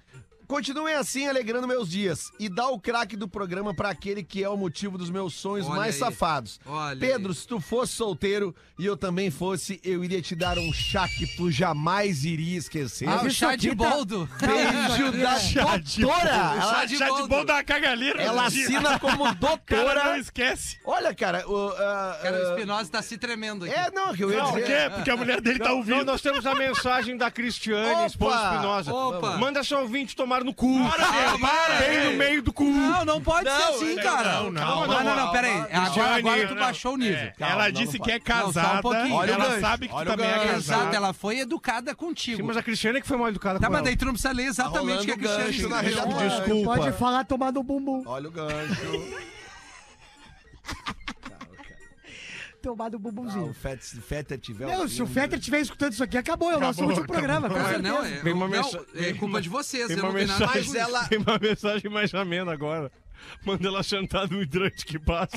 Speaker 6: Continuem assim alegrando meus dias e dá o craque do programa pra aquele que é o motivo dos meus sonhos
Speaker 4: Olha
Speaker 6: mais
Speaker 4: aí.
Speaker 6: safados.
Speaker 4: Olha
Speaker 6: Pedro,
Speaker 4: aí.
Speaker 6: se tu fosse solteiro e eu também fosse, eu iria te dar um chá que tu jamais iria esquecer.
Speaker 4: Ah, o
Speaker 5: isso
Speaker 4: [laughs] chá
Speaker 5: aqui
Speaker 4: de
Speaker 5: tá-
Speaker 4: boldo.
Speaker 6: Beijo da
Speaker 7: Tá
Speaker 6: doutora!
Speaker 4: chá
Speaker 6: Ela,
Speaker 7: Ah, Chá
Speaker 4: de
Speaker 7: de, chá de
Speaker 4: boldo.
Speaker 7: bom da cagalheira.
Speaker 6: ela
Speaker 7: Diz.
Speaker 5: [laughs]
Speaker 6: assina como
Speaker 7: Cara, não
Speaker 6: doutora.
Speaker 7: esquece.
Speaker 6: Olha, cara, o. ah,
Speaker 4: Cara, o
Speaker 6: ah,
Speaker 4: Espinosa tá se tremendo aqui.
Speaker 6: é, não, que eu ia
Speaker 7: Não, por
Speaker 6: dizer.
Speaker 7: quê?
Speaker 4: É.
Speaker 7: Porque a mulher dele tá ouvindo.
Speaker 8: Não, nós temos a mensagem da Cristiane, esposa
Speaker 6: Opa!
Speaker 8: Espinosa.
Speaker 4: Opa!
Speaker 8: Manda seu ouvinte tomar no cu.
Speaker 7: Para, meu, para,
Speaker 8: Bem
Speaker 7: ei.
Speaker 8: no meio do cu.
Speaker 4: Não, não pode ser assim,
Speaker 7: não,
Speaker 4: cara.
Speaker 7: não, não.
Speaker 4: Calma, não, não, não, peraí. Agora,
Speaker 7: Cristiane,
Speaker 4: agora tu
Speaker 7: não.
Speaker 4: baixou o nível.
Speaker 7: É,
Speaker 6: Calma,
Speaker 7: ela
Speaker 6: não,
Speaker 7: disse
Speaker 6: não
Speaker 7: que é
Speaker 4: Não, só um
Speaker 7: casada.
Speaker 4: pouquinho. Olha o
Speaker 7: ela
Speaker 6: gancho,
Speaker 7: sabe que tu
Speaker 6: olha o
Speaker 7: também é
Speaker 6: gancho.
Speaker 4: Exato,
Speaker 7: casada.
Speaker 4: ela foi educada contigo.
Speaker 8: Sim, mas a Cristiane que foi mal educada
Speaker 4: Tá,
Speaker 8: com
Speaker 4: mas
Speaker 8: ela.
Speaker 4: daí tu não precisa ler exatamente o que né? a
Speaker 6: Tá rolando
Speaker 4: Cristiane
Speaker 6: gancho na
Speaker 4: escreveu.
Speaker 6: rede.
Speaker 5: É,
Speaker 6: Desculpa.
Speaker 5: Pode falar tomar no bumbum.
Speaker 6: Olha o gancho.
Speaker 5: Tomar no
Speaker 6: Ah, o
Speaker 5: bumbumzinho.
Speaker 6: Fetter Fetter tiver.
Speaker 5: Meu, se o
Speaker 6: ouvindo-
Speaker 5: Fetter estiver escutando isso aqui, acabou. É o nosso
Speaker 7: Acabou,
Speaker 5: último programa. com
Speaker 4: Cara,
Speaker 5: certeza.
Speaker 4: não, é,
Speaker 8: Tem uma
Speaker 4: não,
Speaker 8: mensa-
Speaker 4: é culpa de vocês,
Speaker 8: Tem
Speaker 4: eu
Speaker 8: uma,
Speaker 4: não tenho nada a ver
Speaker 8: mensagem,
Speaker 4: com
Speaker 6: Mas
Speaker 4: isso.
Speaker 6: ela-
Speaker 8: tem uma mensagem mais amena agora. Manda ela chantar no hidrante que passa.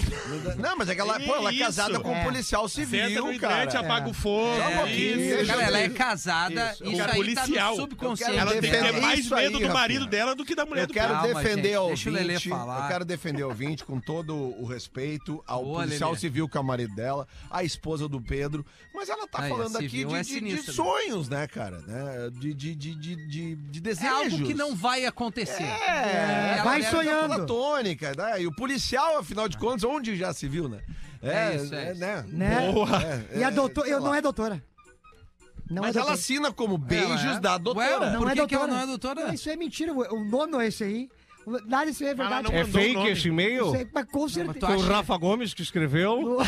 Speaker 6: Não, mas é que ela, pô, ela é
Speaker 7: Isso.
Speaker 6: casada com um
Speaker 5: É.
Speaker 6: policial
Speaker 7: Senta
Speaker 6: civil,
Speaker 7: no hidrante,
Speaker 6: cara.
Speaker 7: apaga o fogo.
Speaker 6: Só um pouquinho,
Speaker 7: Isso.
Speaker 6: deixa
Speaker 4: Cara,
Speaker 6: eu
Speaker 4: ela é
Speaker 6: ver.
Speaker 4: casada, isso,
Speaker 6: Eu
Speaker 7: quero-
Speaker 4: aí tá
Speaker 7: policial.
Speaker 4: no
Speaker 7: Eu
Speaker 4: subconsciente. É
Speaker 6: quero
Speaker 7: Ela tem que
Speaker 6: defender-
Speaker 7: ter mais
Speaker 6: Isso
Speaker 7: medo
Speaker 6: aí,
Speaker 7: do
Speaker 6: Rafinha.
Speaker 7: marido dela do que da mulher
Speaker 6: Eu
Speaker 7: do
Speaker 6: quero
Speaker 4: Calma,
Speaker 6: defender
Speaker 4: gente,
Speaker 6: ao
Speaker 4: deixa o Lelê
Speaker 6: ouvinte.
Speaker 4: falar.
Speaker 6: Eu quero defender ao ouvinte com todo o respeito ao
Speaker 4: Boa,
Speaker 6: policial
Speaker 4: Lelê.
Speaker 6: civil que é o marido dela, à esposa do Pedro. Mas ela tá
Speaker 4: Aí,
Speaker 6: falando
Speaker 4: a
Speaker 6: aqui
Speaker 4: civil
Speaker 6: de,
Speaker 4: é
Speaker 6: de- de
Speaker 4: sinistra, né?
Speaker 6: sonhos, né, cara? Né? De, de, de, de, de, de
Speaker 4: É
Speaker 6: desejos.
Speaker 4: algo que não vai acontecer.
Speaker 6: É,
Speaker 4: Ela
Speaker 5: vai
Speaker 4: deve-
Speaker 5: sonhar.
Speaker 6: sonhando.
Speaker 5: sonhando.
Speaker 6: platônica, né? E o policial, afinal de contas, onde já se viu, né?
Speaker 4: É isso, é isso.
Speaker 6: né?
Speaker 5: Né?
Speaker 6: Boa.
Speaker 5: E a doutora.
Speaker 6: sei
Speaker 5: Eu, não
Speaker 6: lá.
Speaker 5: é doutora. Não
Speaker 6: Mas
Speaker 5: é
Speaker 6: ela
Speaker 5: doutora.
Speaker 6: assina como beijos
Speaker 4: Ela é.
Speaker 6: da doutora.
Speaker 4: Ué,
Speaker 5: Não
Speaker 4: Por
Speaker 5: é
Speaker 4: que que ela
Speaker 5: doutora.
Speaker 4: não é doutora?
Speaker 5: Não, isso é mentira. O o nono é esse aí. O- Nada isso aí é verdade.
Speaker 7: não
Speaker 8: É
Speaker 7: mandou o
Speaker 8: fake
Speaker 7: nome.
Speaker 8: esse e-mail?
Speaker 5: Isso aí, mas com
Speaker 4: mas
Speaker 5: certeza.
Speaker 4: tu
Speaker 8: Foi
Speaker 5: [laughs]
Speaker 8: o
Speaker 4: acha-
Speaker 8: Rafa Gomes que escreveu.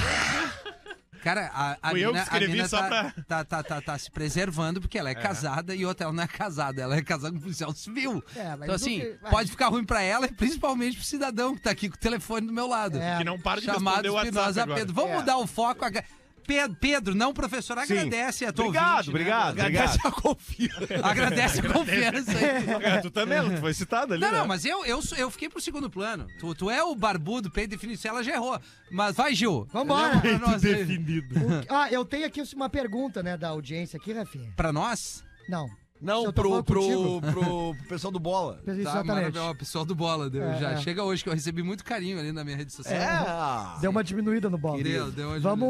Speaker 4: Cara, a, a
Speaker 7: Fui eu
Speaker 4: mina-
Speaker 7: que escrevi
Speaker 4: a mina
Speaker 7: só
Speaker 4: tá,
Speaker 7: pra-
Speaker 4: tá, tá, tá, tá se preservando, porque ela é, casada e outra, ela não é casada, ela é casada com um policial civil.
Speaker 5: É, mas
Speaker 4: então, assim,
Speaker 5: nunca-
Speaker 4: pode ficar ruim pra ela e principalmente pro cidadão que tá aqui com o telefone do meu lado.
Speaker 5: É.
Speaker 7: Que não para de
Speaker 4: Chamado
Speaker 7: responder o WhatsApp
Speaker 4: Espinosa
Speaker 7: agora.
Speaker 4: Pedro. Vamos
Speaker 6: É.
Speaker 4: mudar o foco. aga- Pe- Pedro, não, professor, agradece a tua
Speaker 8: Obrigado,
Speaker 4: ouvinte, né?
Speaker 8: obrigado,
Speaker 4: Agradece,
Speaker 8: obrigado.
Speaker 7: [laughs]
Speaker 4: agradece a confiança aí.
Speaker 8: É, tu também, tu foi citado ali.
Speaker 4: Não,
Speaker 8: né?
Speaker 4: não, mas eu, eu, sou- eu fiquei pro segundo plano. Tu, tu é o barbudo, bem definido. Se ela já errou. Mas vai, Gil.
Speaker 5: Vambora.
Speaker 4: Lembra Pra nós, aí.
Speaker 5: O- ah, eu tenho aqui uma pergunta, né, da audiência aqui, Rafinha.
Speaker 4: pra nós?
Speaker 5: Não. Se
Speaker 6: Não,
Speaker 5: eu tô
Speaker 6: pro,
Speaker 5: falando
Speaker 6: pro,
Speaker 5: contigo. É.
Speaker 6: pro pessoal do
Speaker 5: [laughs]
Speaker 6: bola.
Speaker 5: Exatamente.
Speaker 4: maravilha, Tá, o pessoal do bola. Deu,
Speaker 5: É,
Speaker 4: já
Speaker 5: é.
Speaker 4: chega hoje que eu recebi muito carinho ali na minha rede social.
Speaker 6: É.
Speaker 5: Deu uma diminuída no bola.
Speaker 4: Deu, deu uma
Speaker 5: Vamos.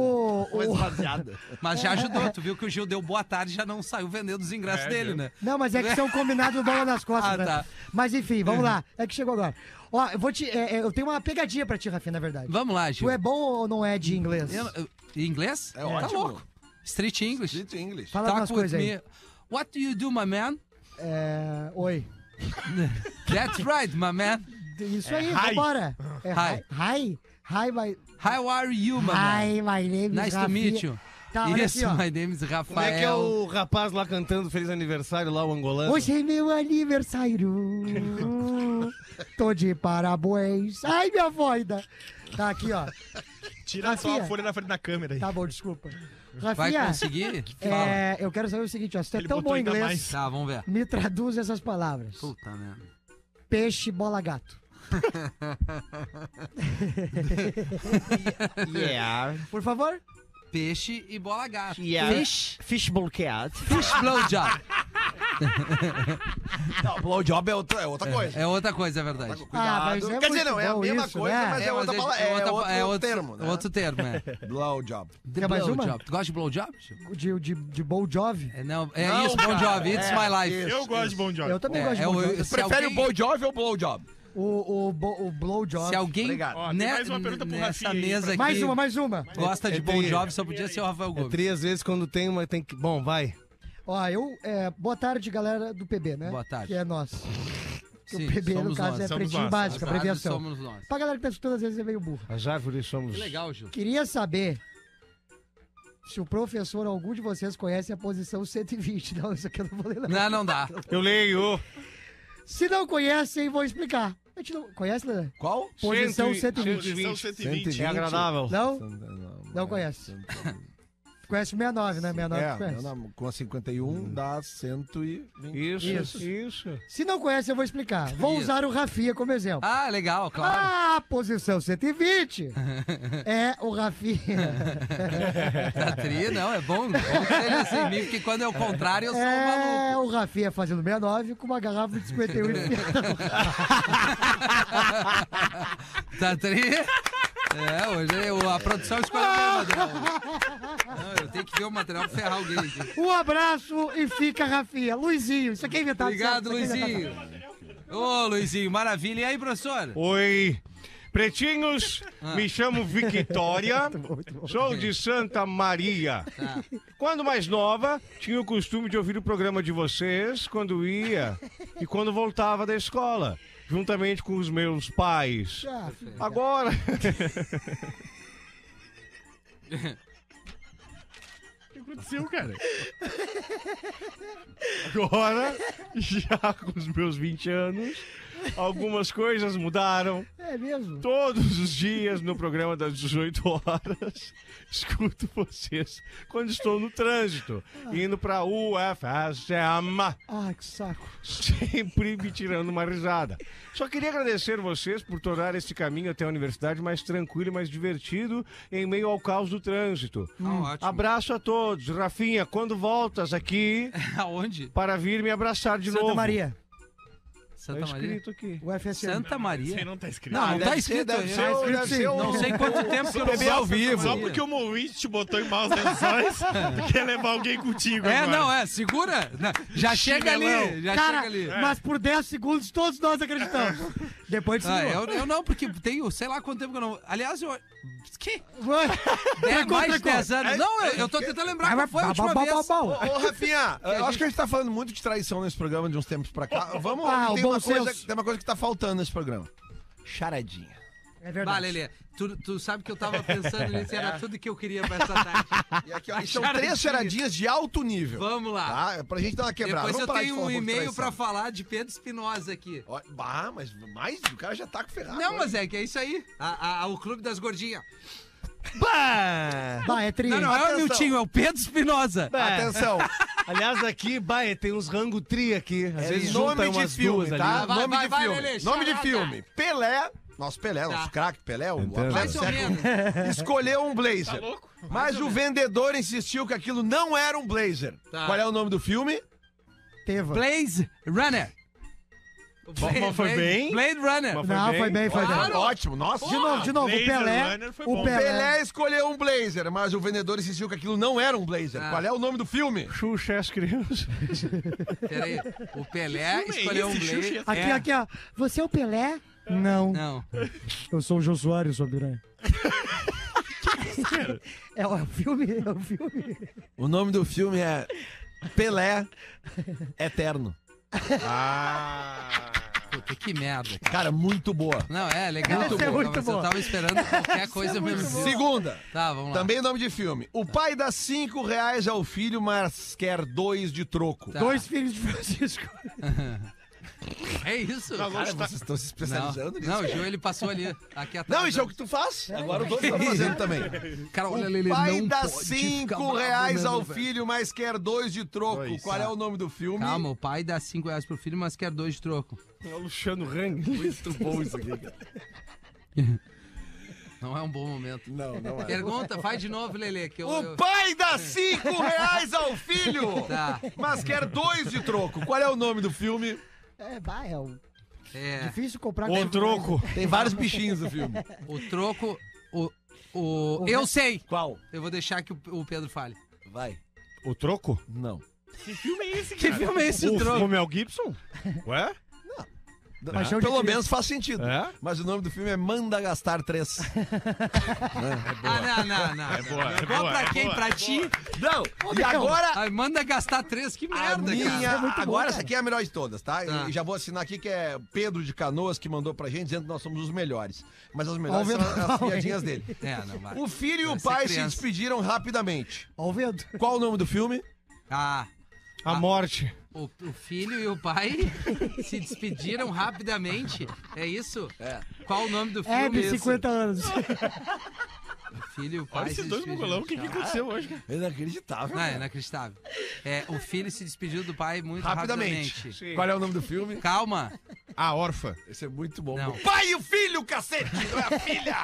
Speaker 6: Uma
Speaker 5: o-
Speaker 6: esvaziada.
Speaker 4: Mas
Speaker 5: É.
Speaker 4: já ajudou. Tu viu que o Gil deu boa tarde e já não saiu vendendo os ingressos
Speaker 7: É,
Speaker 4: dele,
Speaker 7: Gil.
Speaker 4: né?
Speaker 5: [laughs] Não, mas é que são combinados no bola nas costas,
Speaker 4: Ah,
Speaker 5: né?
Speaker 4: tá.
Speaker 5: Mas enfim, vamos lá. É que chegou agora. Ó, eu vou te. é, é, eu tenho uma pegadinha pra ti, Rafinha, na verdade.
Speaker 4: Vamos lá, Gil.
Speaker 5: Tu é bom ou não é de inglês?
Speaker 4: Eu- eu- em inglês?
Speaker 6: É
Speaker 4: tá
Speaker 6: ótimo.
Speaker 4: louco. Street English.
Speaker 6: Dito em inglês.
Speaker 5: Fala umas
Speaker 4: with
Speaker 5: coisas aí.
Speaker 4: Tá me. What do you do, my man?
Speaker 5: É, Oi.
Speaker 4: That's right, my man.
Speaker 5: Isso aí,
Speaker 7: hi.
Speaker 5: vambora. É
Speaker 4: Hi.
Speaker 5: Hi. Hi, my,
Speaker 4: How are you, my man?
Speaker 5: hi, my name is
Speaker 4: Nice to
Speaker 5: Rafinha.
Speaker 4: meet you.
Speaker 5: Tá, olha
Speaker 4: Isso,
Speaker 5: aqui, ó.
Speaker 4: my name is Rafael.
Speaker 8: Como é que é o rapaz lá cantando Feliz Aniversário lá, o angolano?
Speaker 5: Hoje é meu
Speaker 4: [laughs]
Speaker 5: aniversário. Tô de parabéns. Ai, minha voida. Tá aqui, ó.
Speaker 7: Tira só a
Speaker 5: Rafinha.
Speaker 7: folha na frente da câmera aí.
Speaker 5: Tá bom, desculpa.
Speaker 4: Vai
Speaker 5: Rafinha,
Speaker 4: conseguir? Fala.
Speaker 5: é, eu quero saber o seguinte, ó. Se tu é
Speaker 7: Ele
Speaker 5: tão
Speaker 7: botou
Speaker 5: bom em
Speaker 7: ainda
Speaker 5: inglês,
Speaker 7: mais.
Speaker 4: Tá, vamos ver.
Speaker 5: me traduz essas palavras.
Speaker 4: Puta merda.
Speaker 5: Peixe,
Speaker 4: [laughs]
Speaker 5: bola, gato. [laughs]
Speaker 8: Yeah.
Speaker 5: Por favor.
Speaker 4: Peixe e bola gato.
Speaker 8: Yeah.
Speaker 4: Fish,
Speaker 8: Fishbowl cat.
Speaker 4: fish blowjob.
Speaker 6: [laughs] Não, blowjob é outra, é outra coisa.
Speaker 4: É outra coisa, é verdade.
Speaker 5: Ah, mas
Speaker 6: Cuidado.
Speaker 5: é
Speaker 6: Quer dizer,
Speaker 5: muito
Speaker 6: não, é a
Speaker 5: bom
Speaker 6: mesma
Speaker 5: isso,
Speaker 6: coisa,
Speaker 5: né?
Speaker 6: mas é, outra
Speaker 4: mas
Speaker 6: palavra. É,
Speaker 4: outra-
Speaker 6: outro,
Speaker 4: é outro-
Speaker 6: termo, né?
Speaker 4: Outro termo, é.
Speaker 6: [laughs] Blowjob.
Speaker 4: The
Speaker 5: Quer mais uma?
Speaker 4: blowjob. Tu gosta de blowjob? Gil?
Speaker 5: É De, de, de Bon Jovi.
Speaker 4: É, não, é
Speaker 6: Não,
Speaker 4: isso, bom
Speaker 6: cara,
Speaker 4: job, it's
Speaker 6: é,
Speaker 4: my life.
Speaker 7: Eu gosto de Bon Jovi.
Speaker 5: Eu também
Speaker 4: É,
Speaker 5: gosto de
Speaker 4: é
Speaker 5: Bon
Speaker 4: o-
Speaker 5: Jovi.
Speaker 4: se
Speaker 6: Prefere
Speaker 4: alguém-
Speaker 6: o blowjob ou o blowjob?
Speaker 5: O, o, bo- o Blow Job.
Speaker 4: Se alguém
Speaker 6: Obrigado.
Speaker 7: Ó, tem
Speaker 4: ne-
Speaker 7: mais uma pergunta pro
Speaker 4: nessa
Speaker 7: Rafinha aí,
Speaker 4: mesa aqui
Speaker 7: pra-
Speaker 5: Mais uma, mais uma.
Speaker 4: gosta de
Speaker 8: É
Speaker 4: bom
Speaker 8: tri-
Speaker 4: job, só podia ser o Rafael Gomes.
Speaker 8: É Três vezes quando tem uma, tem que... Bom, vai.
Speaker 5: Ó, eu. é, boa tarde, galera do PB, né?
Speaker 4: Boa tarde.
Speaker 5: Que é nós. Que
Speaker 4: Sim,
Speaker 5: o PB, no
Speaker 4: somos
Speaker 5: caso,
Speaker 4: nós,
Speaker 5: é
Speaker 7: somos
Speaker 5: pretinho
Speaker 7: nós.
Speaker 5: básico, a
Speaker 4: Nós
Speaker 5: abreviação.
Speaker 4: Somos nós.
Speaker 5: Pra galera que tá escutando, às vezes é meio burra.
Speaker 8: As árvores somos...
Speaker 4: Que legal, Gil.
Speaker 5: Queria saber se o professor, algum de vocês, conhece a posição 120. Não, isso aqui eu não vou ler. não.
Speaker 4: Não, não dá.
Speaker 8: Eu leio.
Speaker 5: Se não conhecem, vou explicar. A gente não. Conhece, né?
Speaker 6: Qual?
Speaker 5: Posição
Speaker 8: Cento e-
Speaker 5: 120.
Speaker 7: Posição 120.
Speaker 8: É agradável.
Speaker 5: Não?
Speaker 6: Não,
Speaker 5: Não conhece. Conhece 69, né? 69 tu
Speaker 6: É,
Speaker 5: conhece.
Speaker 6: não, com a 51 dá 120.
Speaker 8: Isso,
Speaker 5: Isso.
Speaker 8: isso.
Speaker 5: Se não conhece, eu vou explicar. Vou
Speaker 4: Isso.
Speaker 5: usar o Rafinha como exemplo.
Speaker 4: Ah, legal,
Speaker 7: [laughs]
Speaker 4: claro.
Speaker 5: Ah, posição 120 é o Rafinha.
Speaker 4: Tá tri, não, é bom. bom que seja assim, mim, porque quando é o contrário, [laughs] eu sou um maluco.
Speaker 5: É o Rafinha fazendo 69 com uma garrafa de 51 enfiada no rabo.
Speaker 4: Tá tri? É, hoje eu- a produção escolheu o meu material. Não, eu tenho que ver o material pra ferrar alguém aqui.
Speaker 5: Um abraço e fica, Rafinha. Luizinho, isso aqui é inventado.
Speaker 4: Obrigado,
Speaker 5: certo? Isso aqui é inventado.
Speaker 4: Luizinho. Ô, Luizinho, maravilha. E aí, professor?
Speaker 8: Oi. Pretinhos, me chamo Victoria, sou de Santa Maria.
Speaker 4: Ah,
Speaker 8: Quando mais nova, tinha o costume de ouvir o programa de vocês quando ia e quando voltava da escola, juntamente com os meus pais.
Speaker 5: Ah, filho.
Speaker 8: Agora.
Speaker 7: [laughs] O que aconteceu, cara?
Speaker 8: Agora, já com os meus 20 anos, algumas coisas mudaram.
Speaker 5: É mesmo?
Speaker 8: Todos os dias no programa das 18 horas, [laughs] escuto vocês quando estou no trânsito, indo para UFSM,
Speaker 5: Ah, que saco.
Speaker 8: sempre me tirando uma risada. Só queria agradecer vocês por tornar esse caminho até a universidade mais tranquilo e mais divertido em meio ao caos do trânsito.
Speaker 4: Ah, ótimo.
Speaker 8: Abraço a todos. Rafinha, quando voltas aqui
Speaker 4: Aonde?
Speaker 8: para vir me abraçar de
Speaker 5: Santa
Speaker 8: novo?
Speaker 5: Maria,
Speaker 8: Tá
Speaker 4: Santa Maria?
Speaker 8: escrito aqui.
Speaker 5: o FSM.
Speaker 4: Santa
Speaker 7: Isso aí
Speaker 4: Maria?
Speaker 7: não tá escrito.
Speaker 4: Não, não
Speaker 6: deve
Speaker 4: tá
Speaker 6: ser-
Speaker 4: escrito.
Speaker 6: deve
Speaker 4: aí,
Speaker 6: ser
Speaker 4: né?
Speaker 6: o- deve ser o-
Speaker 4: Não sei quanto tempo que eu não
Speaker 6: Bebê ao vivo.
Speaker 7: Só porque o Maurício te botou em maus lençóis, tu quer levar alguém contigo
Speaker 4: É,
Speaker 7: agora.
Speaker 4: não, é, segura. Não, Já chega ali,
Speaker 7: Chinelão.
Speaker 4: já
Speaker 5: Cara,
Speaker 4: chega
Speaker 6: é
Speaker 4: ali. Ah, É.
Speaker 5: mas por 10 segundos todos nós acreditamos. Depois disso.
Speaker 4: [laughs] Ah,
Speaker 6: assim,
Speaker 4: eu, eu não, porque tenho, sei lá quanto tempo que eu não. Aliás, eu. Que?
Speaker 5: Vai.
Speaker 4: É,
Speaker 5: Trancou,
Speaker 4: mais de
Speaker 5: trancou.
Speaker 4: 10 anos. Não, eu, eu tô tentando lembrar qual foi a última
Speaker 5: Bau, bau,
Speaker 4: vez.
Speaker 5: bau,
Speaker 6: Ô,
Speaker 5: bau.
Speaker 6: ô, Rafinha, eu
Speaker 4: gente-
Speaker 6: acho que a gente tá falando muito de traição nesse programa de uns tempos pra cá. Vamos
Speaker 5: Ah, o
Speaker 6: tem,
Speaker 5: bom
Speaker 6: uma coisa,
Speaker 5: senso.
Speaker 6: tem uma coisa que tá faltando nesse programa. Charadinha.
Speaker 5: É verdade.
Speaker 4: Bah, Lelê, tu, tu sabe que eu tava pensando nisso, era tudo que eu queria pra essa tarde.
Speaker 6: É. E aqui, ó, Ah, são
Speaker 4: charadinha.
Speaker 6: três charadinhas de alto nível.
Speaker 4: Vamos lá.
Speaker 6: Tá? Pra gente dar uma quebrada.
Speaker 4: Depois
Speaker 6: Vamos
Speaker 4: eu
Speaker 6: parar de
Speaker 4: tenho
Speaker 6: falar
Speaker 4: um
Speaker 6: pouco de
Speaker 4: e-mail pra
Speaker 6: traição.
Speaker 4: falar de Pedro Espinosa aqui.
Speaker 6: Ó, Bah, mas mais? O cara já tá com ferrado.
Speaker 4: Não, mas é que é isso aí. A- a- a- o Clube das Gordinhas.
Speaker 5: Bah, é tri.
Speaker 4: Não, não, é o
Speaker 6: Atenção.
Speaker 4: Miltinho, é o Pedro Espinosa.
Speaker 6: Atenção.
Speaker 8: É. [laughs] Aliás, aqui, bah, é, tem uns rango tri aqui. Às vezes junta
Speaker 6: É nome de
Speaker 8: umas
Speaker 6: filme,
Speaker 8: duas
Speaker 6: tá?
Speaker 8: ali.
Speaker 4: Vai,
Speaker 6: nome
Speaker 4: vai,
Speaker 6: de
Speaker 4: vai,
Speaker 6: filme.
Speaker 4: Lelê,
Speaker 6: nome de
Speaker 4: chora,
Speaker 6: filme. Pelé, nosso Pelé, nosso craque Pelé, o atleta do
Speaker 4: Tá. Mais ou
Speaker 6: século,
Speaker 4: menos.
Speaker 8: [laughs]
Speaker 4: Tá
Speaker 6: escolheu um blazer.
Speaker 7: louco?
Speaker 6: Mas o vendedor insistiu que aquilo não era um blazer.
Speaker 4: Tá.
Speaker 6: Qual é o nome do filme?
Speaker 5: Teva.
Speaker 4: Blaze Runner.
Speaker 8: mas foi
Speaker 4: Blade-
Speaker 8: bem?
Speaker 4: Blade Runner.
Speaker 8: Mas
Speaker 5: Não, foi bem, foi bem.
Speaker 4: Claro.
Speaker 6: Ótimo, nossa.
Speaker 5: De novo, de novo, o
Speaker 7: Laser
Speaker 5: Pelé.
Speaker 7: Runner foi
Speaker 5: O
Speaker 7: bom.
Speaker 5: Pelé.
Speaker 8: É.
Speaker 6: Pelé escolheu um blazer, mas o vendedor insistiu que aquilo não era um blazer.
Speaker 4: Ah.
Speaker 6: Qual é o nome do filme?
Speaker 8: Xuxa e as crianças.
Speaker 4: Peraí, o Pelé
Speaker 7: Que filme é
Speaker 4: escolheu um
Speaker 7: esse,
Speaker 4: Blaze.
Speaker 7: Xuxa?
Speaker 5: Aqui,
Speaker 4: É.
Speaker 5: aqui, ó. Você é o Pelé? Não.
Speaker 4: Não.
Speaker 5: Eu sou o Jô Soares, sua piranha. [laughs] É o é o filme, é o filme.
Speaker 4: Tá.
Speaker 6: O nome do filme é Pelé Eterno.
Speaker 4: Puta, que merda. cara.
Speaker 6: Cara, muito boa.
Speaker 4: Não, é legal.
Speaker 5: Essa é
Speaker 4: Eu
Speaker 5: muito
Speaker 4: tava- Eu
Speaker 5: boa.
Speaker 4: tava esperando qualquer coisa menos isso.
Speaker 6: Segunda.
Speaker 4: Tá, vamos lá.
Speaker 6: Também nome de filme. O pai dá cinco reais ao filho, mas quer dois de troco.
Speaker 4: Tá.
Speaker 5: Dois filhos de Francisco. [laughs]
Speaker 4: É isso?
Speaker 6: Cara, vocês estão se
Speaker 4: Não,
Speaker 6: especializando nisso.
Speaker 4: não, o Gil ele passou ali, aqui atrás.
Speaker 6: Não, isso é o que tu faz. Agora os outros estão fazendo também.
Speaker 4: Cara, olha, ele
Speaker 6: O pai
Speaker 4: não
Speaker 6: dá
Speaker 4: pode ficar
Speaker 6: cinco
Speaker 4: bravo,
Speaker 6: reais
Speaker 4: né,
Speaker 6: ao
Speaker 4: velho? Tá
Speaker 6: filho, mas quer dois de troco. Qual é o nome do filme?
Speaker 4: Calma, o pai dá 5 reais pro filho, mas quer dois de troco.
Speaker 8: É o Luciano Hang.
Speaker 6: Muito bom isso aqui. cara.
Speaker 4: Não é um bom momento.
Speaker 6: Não, não é.
Speaker 4: Pergunta, faz de novo, Lelê, que eu...
Speaker 6: O
Speaker 4: eu-
Speaker 6: pai dá cinco reais ao filho,
Speaker 4: Tá,
Speaker 6: mas quer dois de troco. Qual é o nome do filme?
Speaker 5: É, vai, é o-
Speaker 4: é, [laughs]
Speaker 5: difícil comprar.
Speaker 8: O
Speaker 5: com-
Speaker 8: troco.
Speaker 6: Tem vários bichinhos no filme.
Speaker 4: o troco, o... o
Speaker 5: O
Speaker 4: eu
Speaker 5: re-
Speaker 4: sei!
Speaker 6: Qual?
Speaker 4: Eu vou deixar que o, o Pedro fale.
Speaker 6: Vai.
Speaker 8: O troco?
Speaker 6: Não.
Speaker 7: Que filme é esse,
Speaker 4: [laughs] Que
Speaker 7: cara?
Speaker 4: filme é esse, o
Speaker 8: O
Speaker 4: troco?
Speaker 8: Mel Gibson? Ué?
Speaker 4: É.
Speaker 5: Paixão de
Speaker 6: Pelo
Speaker 5: Cristo.
Speaker 6: menos faz sentido.
Speaker 8: É?
Speaker 6: Mas o nome do filme é Manda Gastar 3.
Speaker 4: Ah, não, não, não. É
Speaker 7: boa, é
Speaker 4: Boa
Speaker 7: boa,
Speaker 4: pra
Speaker 7: é
Speaker 4: quem?
Speaker 7: boa,
Speaker 4: Pra
Speaker 7: é
Speaker 4: ti?
Speaker 6: Não! E agora.
Speaker 4: Ai, manda gastar três, que
Speaker 6: A
Speaker 4: merda,
Speaker 6: minha,
Speaker 4: cara.
Speaker 6: agora essa aqui é a melhor de todas, tá?
Speaker 4: Tá.
Speaker 6: E já vou assinar aqui que é Pedro de Canoas que mandou pra gente dizendo que nós somos os melhores. Mas as
Speaker 5: Ó, o
Speaker 6: melhores [laughs] são as
Speaker 5: Vendaval,
Speaker 6: piadinhas
Speaker 5: hein?
Speaker 6: dele.
Speaker 4: É, não,
Speaker 7: [laughs]
Speaker 4: vai.
Speaker 6: O filho e
Speaker 4: Vai
Speaker 6: o
Speaker 4: ser
Speaker 6: pai se
Speaker 4: criança.
Speaker 6: despediram rapidamente.
Speaker 5: Ó o vento.
Speaker 6: Qual o nome do filme?
Speaker 4: Ah,
Speaker 8: A morte.
Speaker 4: o, o filho e o pai [laughs] se despediram rapidamente, é isso? É. Qual o nome do filme?
Speaker 5: É de 50 anos.
Speaker 4: O filho e o pai
Speaker 7: Olha esses
Speaker 4: se
Speaker 7: dois
Speaker 4: despediram.
Speaker 7: mongolão, o que, que aconteceu hoje? cara?
Speaker 6: Inacreditável.
Speaker 4: Não, é inacreditável. É, o filho se despediu do pai muito
Speaker 6: Rapidamente.
Speaker 4: rapidamente.
Speaker 6: Qual é o nome do filme?
Speaker 4: Calma.
Speaker 7: A órfã.
Speaker 6: Esse é muito bom.
Speaker 4: Não.
Speaker 6: O pai e o filho, cacete! Não é a filha!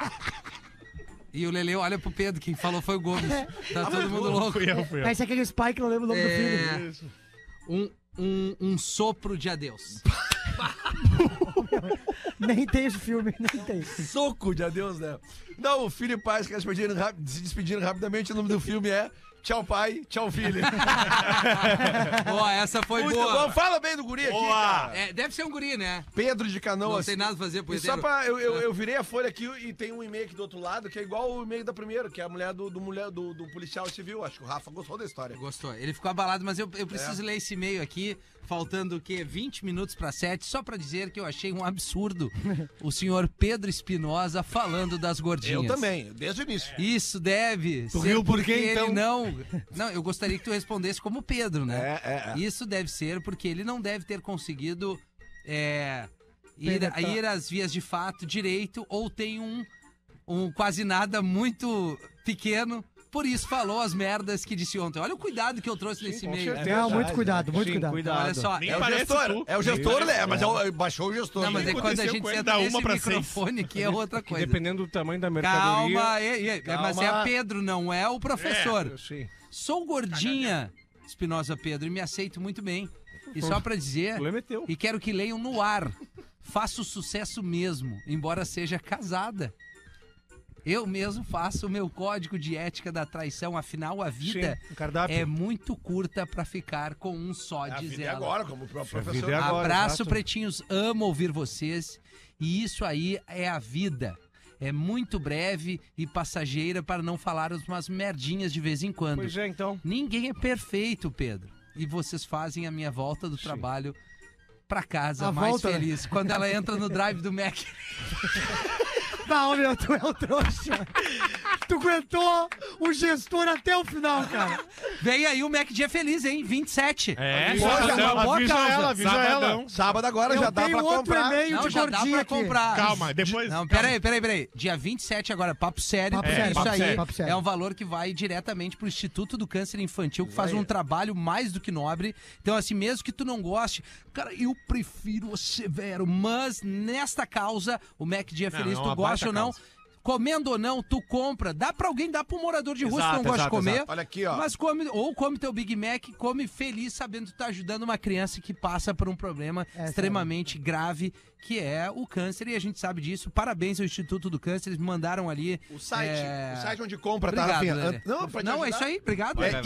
Speaker 4: E o Lele olha pro Pedro, quem falou foi o Gomes.
Speaker 6: É.
Speaker 4: Tá todo mundo louco.
Speaker 7: Fui eu, fui eu.
Speaker 5: Esse é aquele Spike, não lembro o nome do
Speaker 4: É,
Speaker 5: filme.
Speaker 4: um, um, um sopro de adeus.
Speaker 5: Nem tem esse filme, [laughs] nem tem.
Speaker 6: Soco de adeus, né? Não, o filho e o pai se despediram, rap- se despediram rapidamente. O nome do filme é Tchau Pai, Tchau Filho.
Speaker 4: Boa, essa foi
Speaker 6: muito
Speaker 4: boa.
Speaker 6: bom. Fala bem do guri aqui, cara.
Speaker 4: É, deve ser um guri, né?
Speaker 6: Pedro de Canoas.
Speaker 4: Não tem nada a fazer, É.
Speaker 6: E
Speaker 4: pois
Speaker 6: só pra, eu, eu, eu virei a folha aqui e tem um e-mail aqui do outro lado que é igual o e-mail da primeira, que é a mulher do, do, mulher, do, do policial civil. Acho que o Rafa gostou da história.
Speaker 4: Gostou. Ele ficou abalado, mas eu, eu
Speaker 6: É.
Speaker 4: preciso ler esse e-mail aqui, faltando o quê? 20 minutos para 7, só para dizer que eu achei um
Speaker 6: [laughs]
Speaker 4: absurdo o senhor Pedro Espinosa falando das gordinhas.
Speaker 6: Eu também, desde o início.
Speaker 4: Isso deve ser
Speaker 6: riu É. por
Speaker 4: porque
Speaker 6: quê,
Speaker 4: ele
Speaker 6: então?
Speaker 4: não... Não, eu gostaria que tu respondesse como o Pedro, né?
Speaker 6: É, é, é.
Speaker 4: Isso deve ser porque ele não deve ter conseguido é, ir, ir às vias de fato direito ou tem um, um quase nada muito pequeno. Por isso falou as merdas que disse ontem. Olha o cuidado que eu trouxe nesse e-mail.
Speaker 8: certeza.
Speaker 5: Não, muito cuidado, muito
Speaker 8: É Sim,
Speaker 5: cuidado.
Speaker 4: Olha só,
Speaker 7: Nem
Speaker 6: É o
Speaker 7: parece
Speaker 6: gestor,
Speaker 7: tu.
Speaker 6: é o gestor, né? Mas é o- baixou o gestor.
Speaker 4: Não, mas é
Speaker 6: né?
Speaker 4: que quando a
Speaker 7: aconteceu
Speaker 4: gente
Speaker 7: com ele?
Speaker 4: senta
Speaker 7: Dá
Speaker 4: nesse
Speaker 7: uma pra
Speaker 4: microfone aqui é outra coisa.
Speaker 8: Dependendo do tamanho da mercadoria.
Speaker 4: Calma, e- e- é, mas é a
Speaker 6: Calma.
Speaker 4: Pedro, não é o professor.
Speaker 8: Eu sei.
Speaker 4: Sou gordinha, Espinosa Pedro, e me aceito muito bem. E só pra
Speaker 8: O
Speaker 4: dizer,
Speaker 8: problema é teu.
Speaker 4: e quero que leiam no ar, faço sucesso mesmo, embora seja casada. Eu mesmo faço o meu código de ética da traição, afinal a vida
Speaker 8: Sim, o cardápio.
Speaker 4: é muito curta pra ficar com um só,
Speaker 6: A
Speaker 4: diz
Speaker 6: vida é
Speaker 4: ela.
Speaker 6: agora, como o próprio
Speaker 8: vida é
Speaker 6: professor.
Speaker 8: agora,
Speaker 4: Abraço,
Speaker 8: exato.
Speaker 4: pretinhos. Amo ouvir vocês. E isso aí é a vida. É muito breve e passageira para não falar umas merdinhas de vez em quando.
Speaker 8: Pois é, então.
Speaker 4: Ninguém é perfeito, Pedro. E vocês fazem a minha volta do trabalho pra casa
Speaker 5: A
Speaker 4: mais
Speaker 5: volta, né?
Speaker 4: feliz. Quando ela
Speaker 5: [laughs]
Speaker 4: entra no drive do Mac.
Speaker 5: Não, meu, tu é o um trouxa. Tu aguentou o gestor até o final, cara.
Speaker 4: Vem aí o Mac Dia Feliz, hein? 27.
Speaker 7: É,
Speaker 4: Olha,
Speaker 7: sabadão.
Speaker 4: uma boa
Speaker 8: avisa
Speaker 4: causa.
Speaker 8: ela, avisa
Speaker 7: Sabadão.
Speaker 8: ela.
Speaker 6: Sábado agora já
Speaker 5: Eu
Speaker 6: dá
Speaker 5: tenho
Speaker 6: pra
Speaker 5: outro
Speaker 6: comprar.
Speaker 5: e-mail
Speaker 4: Não,
Speaker 5: de
Speaker 4: já dá
Speaker 5: gordinha
Speaker 4: pra
Speaker 5: aqui.
Speaker 4: comprar.
Speaker 7: Calma, depois.
Speaker 4: Não, peraí, peraí, peraí. Dia 27 agora, papo sério.
Speaker 5: Papo
Speaker 4: É,
Speaker 5: sério,
Speaker 4: isso
Speaker 5: papo
Speaker 4: aí
Speaker 5: sério, papo sério.
Speaker 4: é um valor que vai diretamente pro Instituto do Câncer Infantil, que faz um trabalho mais do que nobre. Então, assim, mesmo que tu não goste, cara, eu prefiro o Severo, mas nesta causa, o Mac Dia
Speaker 7: Não,
Speaker 4: Feliz,
Speaker 7: é
Speaker 4: tu
Speaker 7: uma
Speaker 4: gosta
Speaker 7: baita
Speaker 4: ou não,
Speaker 7: causa.
Speaker 4: comendo ou não, tu compra. Dá pra alguém, dá pro morador de rua se tu não
Speaker 7: Exato,
Speaker 4: gosta de
Speaker 7: exato,
Speaker 4: comer.
Speaker 7: exato.
Speaker 6: Olha aqui, ó.
Speaker 4: Mas come, ou come teu Big Mac, come feliz sabendo que tu tá ajudando uma criança que passa por um problema
Speaker 5: Essa
Speaker 4: extremamente grave, que é o câncer, e a gente sabe disso. Parabéns ao Instituto do Câncer, eles me mandaram ali.
Speaker 6: O site,
Speaker 4: é,
Speaker 6: o site onde compra, tá,
Speaker 4: Obrigado,
Speaker 6: Rafinha?
Speaker 4: Lelê.
Speaker 6: An- Não, pra te
Speaker 4: Não, é
Speaker 6: ajudar.
Speaker 4: isso aí, obrigado.
Speaker 6: É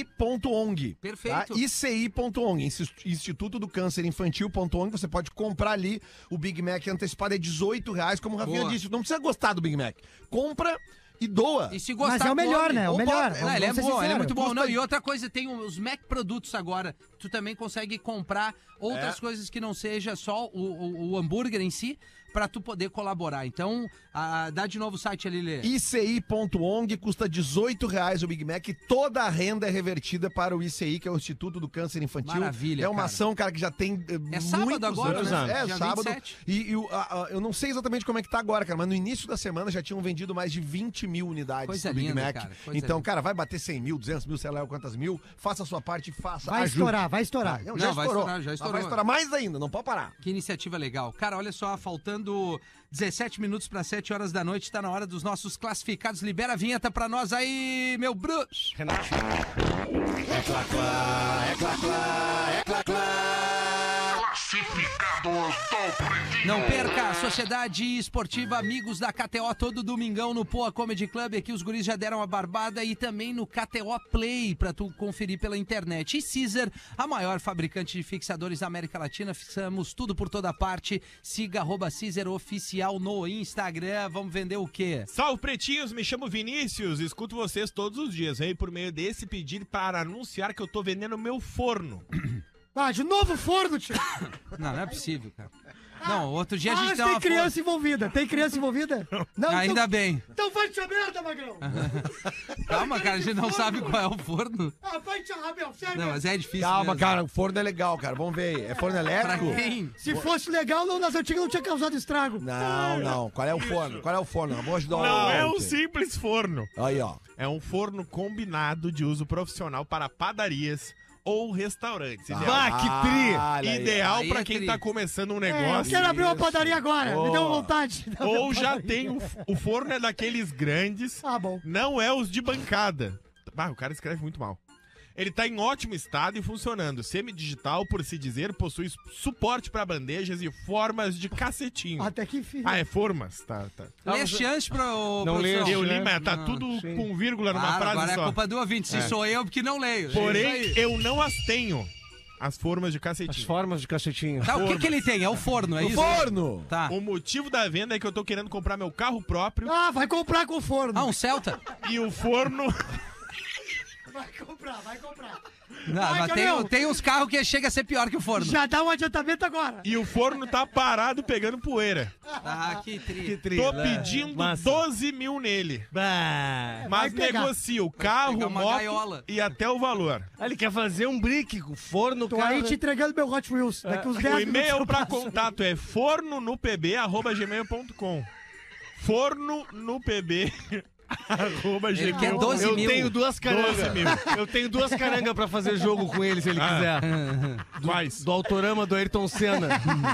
Speaker 6: ici.ong.
Speaker 4: Perfeito.
Speaker 6: Tá? ICI.ong, Insis- Instituto do Câncer Infantil.ong. Você pode comprar ali o Big Mac antecipado, é 18 reais, como o Rafinha
Speaker 4: Boa.
Speaker 6: disse. Não precisa gostar do Big Mac. Compra e doa.
Speaker 4: E se gostar,
Speaker 5: Mas é o melhor,
Speaker 4: come.
Speaker 5: né? É o
Speaker 6: Ou
Speaker 5: melhor.
Speaker 6: bota-
Speaker 4: Não,
Speaker 5: Vamos
Speaker 4: ele é
Speaker 5: ser
Speaker 4: bom, ele é
Speaker 5: sinceros.
Speaker 4: muito bom. Não, e outra coisa, tem os Mac produtos agora. Tu também consegue comprar outras coisas que não seja só o, o- o hambúrguer em si, pra tu poder colaborar. Então, ah, dá de novo o site ali, Lê.
Speaker 6: ICI.ong custa 18 reais o Big Mac e toda a renda é revertida para o ICI, que é o Instituto do Câncer Infantil.
Speaker 4: Maravilha,
Speaker 6: É uma
Speaker 4: cara.
Speaker 6: ação, cara, que já tem eh,
Speaker 4: É sábado
Speaker 6: muitos
Speaker 4: agora,
Speaker 6: anos.
Speaker 4: né?
Speaker 6: É,
Speaker 4: Dia
Speaker 6: sábado.
Speaker 4: 27.
Speaker 6: E, e o- a- a- eu não sei exatamente como é que tá agora, cara, mas no início da semana já tinham vendido mais de 20 mil unidades
Speaker 4: Coisa
Speaker 6: do Big
Speaker 4: linda,
Speaker 6: Mac.
Speaker 4: cara, coisa
Speaker 6: então,
Speaker 4: linda.
Speaker 6: cara, vai bater 100 mil, 200 mil, sei lá quantas mil. Faça a sua parte, faça.
Speaker 5: Vai
Speaker 6: ajude.
Speaker 5: estourar, vai estourar.
Speaker 6: Não,
Speaker 4: Não,
Speaker 6: já
Speaker 4: vai
Speaker 6: estourou.
Speaker 4: estourar, já
Speaker 6: Mas
Speaker 4: estourou.
Speaker 6: Vai estourar mais ainda, não pode parar.
Speaker 4: Que iniciativa legal. Cara, olha só, faltando 17 minutos para 7 horas da noite, tá na hora dos nossos classificados. Libera a vinheta para nós aí, meu bruxo. Não perca a Sociedade Esportiva Amigos da KTO todo domingão no Poa Comedy Club. Aqui os guris já deram a barbada e também no KTO Play pra tu conferir pela internet. E Caesar, a maior fabricante de fixadores da América Latina. Fixamos tudo por toda parte. Siga arroba Caesar Oficial no Instagram. Vamos vender o quê?
Speaker 7: Salve pretinhos, me chamo Vinícius, escuto vocês todos os dias, hein? Por meio desse pedido para anunciar que eu tô vendendo meu forno.
Speaker 5: Ah, de novo forno, tio.
Speaker 4: Não, não é possível, cara. Não, outro dia a gente
Speaker 5: Ah, Mas
Speaker 4: dá
Speaker 5: tem
Speaker 4: uma
Speaker 5: criança envolvida. Tem criança envolvida? Não,
Speaker 4: força. Ainda
Speaker 5: então,
Speaker 4: bem.
Speaker 5: então vai te a merda, magrão.
Speaker 4: Calma, cara, a gente não
Speaker 5: forno.
Speaker 4: sabe qual é o forno.
Speaker 5: Ah, vai te a meu, sério.
Speaker 4: Não, mas é difícil.
Speaker 6: Calma,
Speaker 4: mesmo.
Speaker 6: cara, o forno é legal, cara. Vamos ver aí. É forno
Speaker 4: [laughs] Pra
Speaker 6: elétrico?
Speaker 4: quem?
Speaker 5: Se fosse legal, não, nas antigas não tinha causado estrago.
Speaker 6: Não, não. Qual é o forno? Qual é o forno? Vou ajudar o
Speaker 7: Não é um
Speaker 6: ouvinte.
Speaker 7: simples forno.
Speaker 6: Aí, ó.
Speaker 7: É um forno combinado de uso profissional para padarias ou restaurantes. Ideal,
Speaker 8: Bah, Ah, que tri!
Speaker 6: Olha aí.
Speaker 7: ideal
Speaker 4: Aí é
Speaker 7: para quem
Speaker 4: tri.
Speaker 7: tá começando um
Speaker 5: É, eu
Speaker 7: negócio.
Speaker 5: quero abrir uma padaria agora. Me deu
Speaker 6: Boa.
Speaker 5: vontade. [laughs]
Speaker 8: É,
Speaker 7: Ou já tem o, f- o forno é daqueles grandes,
Speaker 5: Ah, bom.
Speaker 7: não é os de bancada. Ah, o cara escreve muito mal. Ele tá em ótimo estado e funcionando. Semi-digital, por se dizer, possui suporte para bandejas e formas de
Speaker 6: Hum.
Speaker 7: cacetinho.
Speaker 5: Até que enfim.
Speaker 7: Ah, é formas? Tá, tá.
Speaker 4: Lê chance pro.
Speaker 8: Não lê
Speaker 4: produção.
Speaker 7: Eu li,
Speaker 8: né?
Speaker 7: mas tá
Speaker 4: Não,
Speaker 7: tudo
Speaker 8: sim.
Speaker 7: com vírgula numa
Speaker 4: Claro,
Speaker 7: frase
Speaker 4: agora
Speaker 7: só.
Speaker 4: é culpa do ouvinte. Se sou eu, porque não leio. É isso
Speaker 7: Porém,
Speaker 4: aí.
Speaker 7: eu não as tenho. As formas de
Speaker 8: As
Speaker 7: cacetinho.
Speaker 8: formas de cacetinho.
Speaker 4: Tá, o que, que ele tem? É o forno, é isso?
Speaker 6: Forno!
Speaker 4: Tá.
Speaker 7: O motivo da venda é que eu tô querendo comprar meu carro
Speaker 4: [laughs]
Speaker 7: próprio
Speaker 5: Ah, vai comprar com forno.
Speaker 4: Ah, um Celta?
Speaker 7: e o forno.
Speaker 5: Vai comprar, vai comprar.
Speaker 4: Não,
Speaker 5: Ai,
Speaker 4: mas
Speaker 5: que
Speaker 4: tem, um,
Speaker 5: meu.
Speaker 4: tem uns carros que chega a ser pior que o forno.
Speaker 5: Já dá um adiantamento agora.
Speaker 7: e o forno tá parado pegando poeira.
Speaker 4: Ah, que triste.
Speaker 7: Tô pedindo 12 mil nele. Mas
Speaker 5: Vai pegar.
Speaker 7: negocio o carro,
Speaker 4: pegar uma
Speaker 7: moto
Speaker 4: gaiola.
Speaker 7: e até o valor.
Speaker 8: Ele quer fazer um brick com forno,
Speaker 5: Tô
Speaker 8: cara.
Speaker 5: aí te entregando meu Hot Wheels. Daqui uns 10
Speaker 7: É, O
Speaker 5: minutos
Speaker 7: e-mail
Speaker 5: eu
Speaker 7: pra
Speaker 5: passo.
Speaker 7: contato é fornonupb.gmail.com fornonupb [laughs] arroba
Speaker 4: Ele
Speaker 7: gmail.
Speaker 4: quer 12
Speaker 8: Eu
Speaker 4: mil.
Speaker 8: tenho duas carangas.
Speaker 7: 12 mil.
Speaker 8: Eu tenho duas carangas pra fazer jogo com ele, se ele quiser.
Speaker 7: Quais?
Speaker 8: Do Autorama, do Ayrton Senna.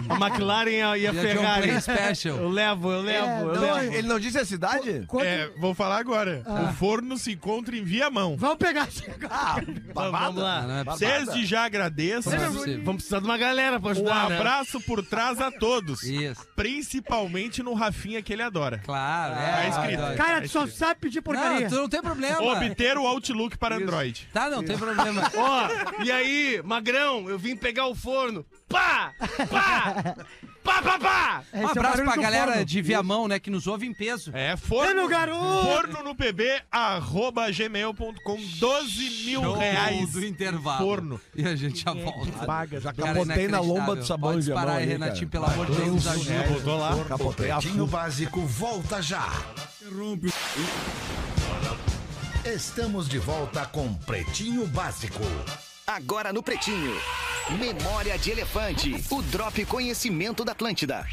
Speaker 8: A McLaren e a,
Speaker 4: E
Speaker 8: e a
Speaker 4: a John
Speaker 8: Ferrari.
Speaker 4: Player Special.
Speaker 8: Eu levo, eu levo,
Speaker 5: É,
Speaker 8: eu
Speaker 5: não,
Speaker 8: levo.
Speaker 6: Ele não disse a cidade?
Speaker 5: Quanto-
Speaker 7: É, vou falar agora.
Speaker 4: Ah.
Speaker 7: O forno se encontra em Viamão.
Speaker 5: Vamos pegar esse negócio.
Speaker 8: Então, Vamos, vamos
Speaker 4: Ah, não
Speaker 8: lá.
Speaker 4: é possível.
Speaker 7: Desde já agradeço.
Speaker 4: Não é possível.
Speaker 8: Vamos precisar de uma galera pra
Speaker 7: Um
Speaker 8: ajudar, né?
Speaker 7: abraço por trás a todos.
Speaker 4: Isso,
Speaker 7: Principalmente no Rafinha que ele adora.
Speaker 4: claro. É,
Speaker 7: tá escrito.
Speaker 4: adoro.
Speaker 5: Cara, tu só sabe pedir porcaria.
Speaker 4: Não, tu não tem problema.
Speaker 7: Obter o Outlook para Android.
Speaker 4: Tá, não tem problema.
Speaker 8: Ó, e aí, magrão, eu vim pegar o forno. Pá! Pá! Pá, pá, pá!
Speaker 5: Esse é
Speaker 4: Um
Speaker 5: o
Speaker 4: abraço
Speaker 5: barulho
Speaker 4: pra
Speaker 5: do
Speaker 4: galera
Speaker 5: forno.
Speaker 4: de Viamão, né, que nos ouve em peso.
Speaker 7: É, forno,
Speaker 5: Meu garoto!
Speaker 7: forno no pb, arroba gmail.com, 12 mil
Speaker 4: Show
Speaker 7: reais.
Speaker 4: do intervalo.
Speaker 7: Forno.
Speaker 4: E a gente já volta.
Speaker 6: Já
Speaker 4: Cara,
Speaker 6: capotei na lomba do sabão
Speaker 4: Pode
Speaker 6: de
Speaker 4: parar,
Speaker 6: amor ali,
Speaker 4: Renatinho,
Speaker 6: cara.
Speaker 4: pelo amor de Deus, nos ajuda.
Speaker 6: Capotei a
Speaker 2: Pretinho Básico volta já. Estamos de volta com Pretinho Básico.
Speaker 9: Agora no Pretinho. Memória de Elefante. O Drop Conhecimento da Atlântida.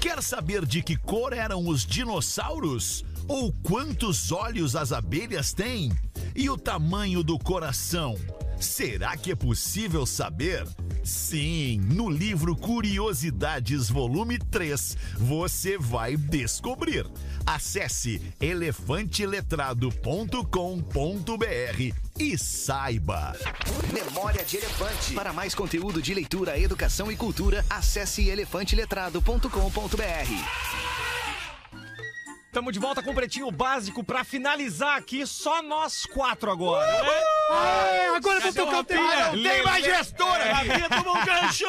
Speaker 2: Quer saber de que cor eram os dinossauros? Ou quantos olhos as abelhas têm? E o tamanho do coração? Será que é possível saber? Sim, no livro Curiosidades, volume 3, você vai descobrir. Acesse elefanteletrado.com.br e saiba.
Speaker 9: Memória de Elefante. Para mais conteúdo de leitura, educação e cultura, acesse elefanteletrado.com.br.
Speaker 10: Tamo de volta com o Pretinho Básico pra finalizar aqui, só nós quatro agora, né?
Speaker 5: É, agora eu vou tocar o tema.
Speaker 10: tem mais
Speaker 7: É,
Speaker 10: gestora! A minha tomou um gancho!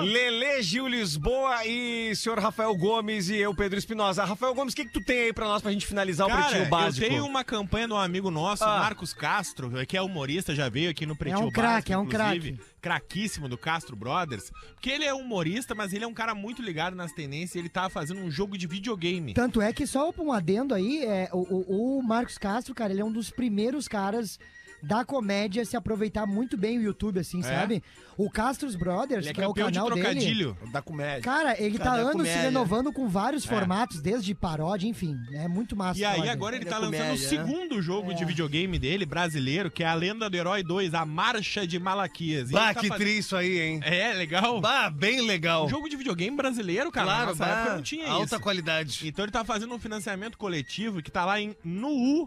Speaker 10: Lele Gil Lisboa e senhor Rafael Gomes e eu, Pedro Espinosa. Rafael Gomes, o que, que tu tem aí pra nós pra gente finalizar o
Speaker 7: Cara,
Speaker 10: Pretinho Básico?
Speaker 7: eu tenho uma campanha de um amigo nosso,
Speaker 10: Ah.
Speaker 7: Marcos Castro, que é humorista, já veio aqui no Pretinho
Speaker 5: É um craque,
Speaker 7: Básico,
Speaker 5: é um craque.
Speaker 7: inclusive, Craquíssimo do Castro Brothers. Porque ele é humorista, mas ele é um cara muito ligado nas tendências. Ele tá fazendo um jogo de videogame.
Speaker 5: Tanto é que só um adendo aí, é, o, o- o Marcos Castro, cara, ele é um dos primeiros caras da comédia a se aproveitar muito bem o YouTube, assim, sabe? O Castro's Brothers,
Speaker 7: É. Ele é
Speaker 5: que é o
Speaker 7: campeão de
Speaker 5: canal dele.
Speaker 7: trocadilho.
Speaker 6: Da comédia.
Speaker 5: Cara, ele tá
Speaker 6: Cara, é
Speaker 5: anos se
Speaker 6: comédia.
Speaker 5: renovando com vários formatos, desde paródia, enfim. É muito massa.
Speaker 7: É. E aí
Speaker 5: paródia.
Speaker 7: agora ele
Speaker 6: Ele
Speaker 7: tá
Speaker 6: é
Speaker 7: lançando o
Speaker 6: comédia, né?
Speaker 7: segundo jogo
Speaker 5: É.
Speaker 7: de videogame dele, brasileiro, que é a Lenda do Herói 2, A Marcha de Malaquias. E
Speaker 6: Ah,
Speaker 8: Bah,
Speaker 7: ele tá
Speaker 8: que
Speaker 7: fazendo-
Speaker 8: tri isso aí, hein?
Speaker 7: É, legal.
Speaker 8: Bah, bem legal.
Speaker 7: Um jogo de videogame brasileiro, cara. na
Speaker 8: Claro,
Speaker 7: nossa
Speaker 8: bah,
Speaker 7: época não tinha
Speaker 8: alta
Speaker 7: isso.
Speaker 8: qualidade.
Speaker 7: Então ele tá fazendo um financiamento coletivo que tá lá em nuu,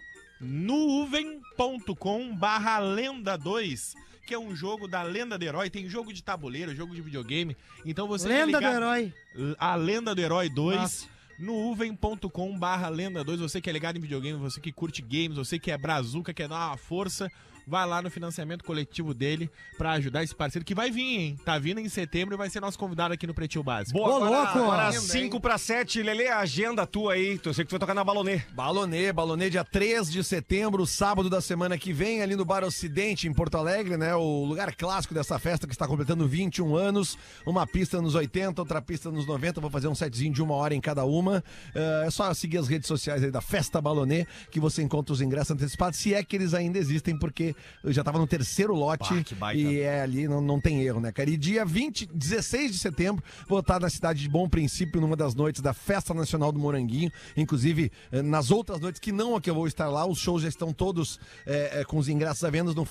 Speaker 7: nuvem.com barra lenda 2, que é um jogo da lenda do herói, tem jogo de tabuleiro, jogo de videogame. Então você que é
Speaker 5: Lenda do
Speaker 7: ligado-
Speaker 5: herói.
Speaker 7: A lenda do herói 2.
Speaker 5: Nossa.
Speaker 7: Nuvem.com barra lenda 2, você que é ligado em videogame, você que curte games, você que é brazuca, quer dar uma força, vai lá no financiamento coletivo dele pra ajudar esse parceiro que vai vir, hein? Tá vindo em setembro e vai ser nosso convidado aqui no Pretinho Básico.
Speaker 10: Boa,
Speaker 5: Ô,
Speaker 10: agora,
Speaker 5: louco!
Speaker 10: agora
Speaker 6: Lindo,
Speaker 10: 5 pra 7. Lele, a agenda tua aí. Eu sei que tu vai tocar na balonê.
Speaker 6: Balonê, Balonê, dia 3 de setembro, sábado da semana que vem, ali no Bar Ocidente, em Porto Alegre, né? O lugar clássico dessa festa que está completando 21 anos. Uma pista nos 80, outra pista nos 90. Vou fazer um setzinho de uma hora em cada uma. Eh, é só seguir as redes sociais aí da Festa Balonê, que você encontra os ingressos antecipados, se é que eles ainda existem, porque eu já estava no terceiro lote.
Speaker 10: Bah, que baita.
Speaker 6: E é ali, não, não tem erro, né, cara? E dia 20, 16 de setembro, vou estar na cidade de Bom Princípio, numa das noites da Festa Nacional do Moranguinho. Inclusive, eh, nas outras noites que não a que eu vou estar lá, os shows já estão todos eh, eh, com os ingressos à venda no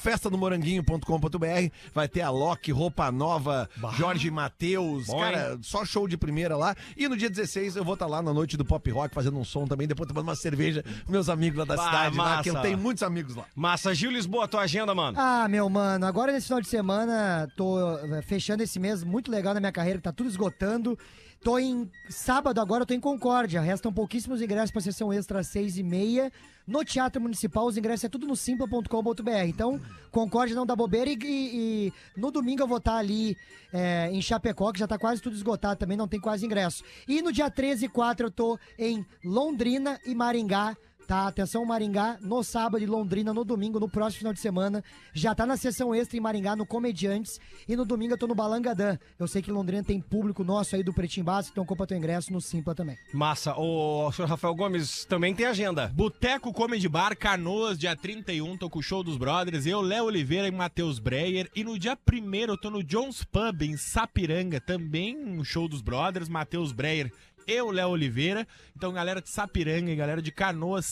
Speaker 6: festadomoranguinho.com.br. Vai ter a Loki, Roupa Nova, Jorge Matheus, cara, só show de primeira lá. E no dia 16 eu vou estar lá na noite do Pop Rock, fazendo um som também, depois tomando uma cerveja com meus amigos lá da
Speaker 10: Bah,
Speaker 6: cidade, lá, que eu
Speaker 10: massa.
Speaker 6: tenho muitos amigos lá.
Speaker 10: Massa, Gil Lisboa, tua agenda, mano.
Speaker 5: Ah, meu mano, agora nesse final de semana, tô eh, fechando esse mês muito legal na minha carreira, que tá tudo esgotando. Tô em. Sábado agora eu tô em Concórdia. Restam pouquíssimos ingressos pra sessão extra às seis e meia. No Teatro Municipal, os ingressos é tudo no simpla.com.br. Então, Concórdia não dá bobeira. E, e- e no domingo eu vou estar ali eh, em Chapecó, que já tá quase tudo esgotado também, não tem quase ingresso. E no dia 13 e 4 eu tô em Londrina e Maringá. Tá, atenção Maringá, no sábado e Londrina, no domingo, no próximo final de semana. Já tá na sessão extra em Maringá, no Comediantes. E no domingo eu tô no Balangadã. Eu sei que Londrina tem público nosso aí do Pretinho Básico, então compra teu ingresso no Simpla também.
Speaker 10: Massa. O senhor Rafael Gomes também tem agenda.
Speaker 7: Boteco Comedy Bar, Canoas, dia 31, tô com o show dos brothers, eu, Léo Oliveira e Matheus Breyer, e no dia 1 eu tô no Jones Pub, em Sapiranga, também um show dos brothers, Matheus Breyer eu, Léo Oliveira. Então, galera de Sapiranga e galera de Canoas,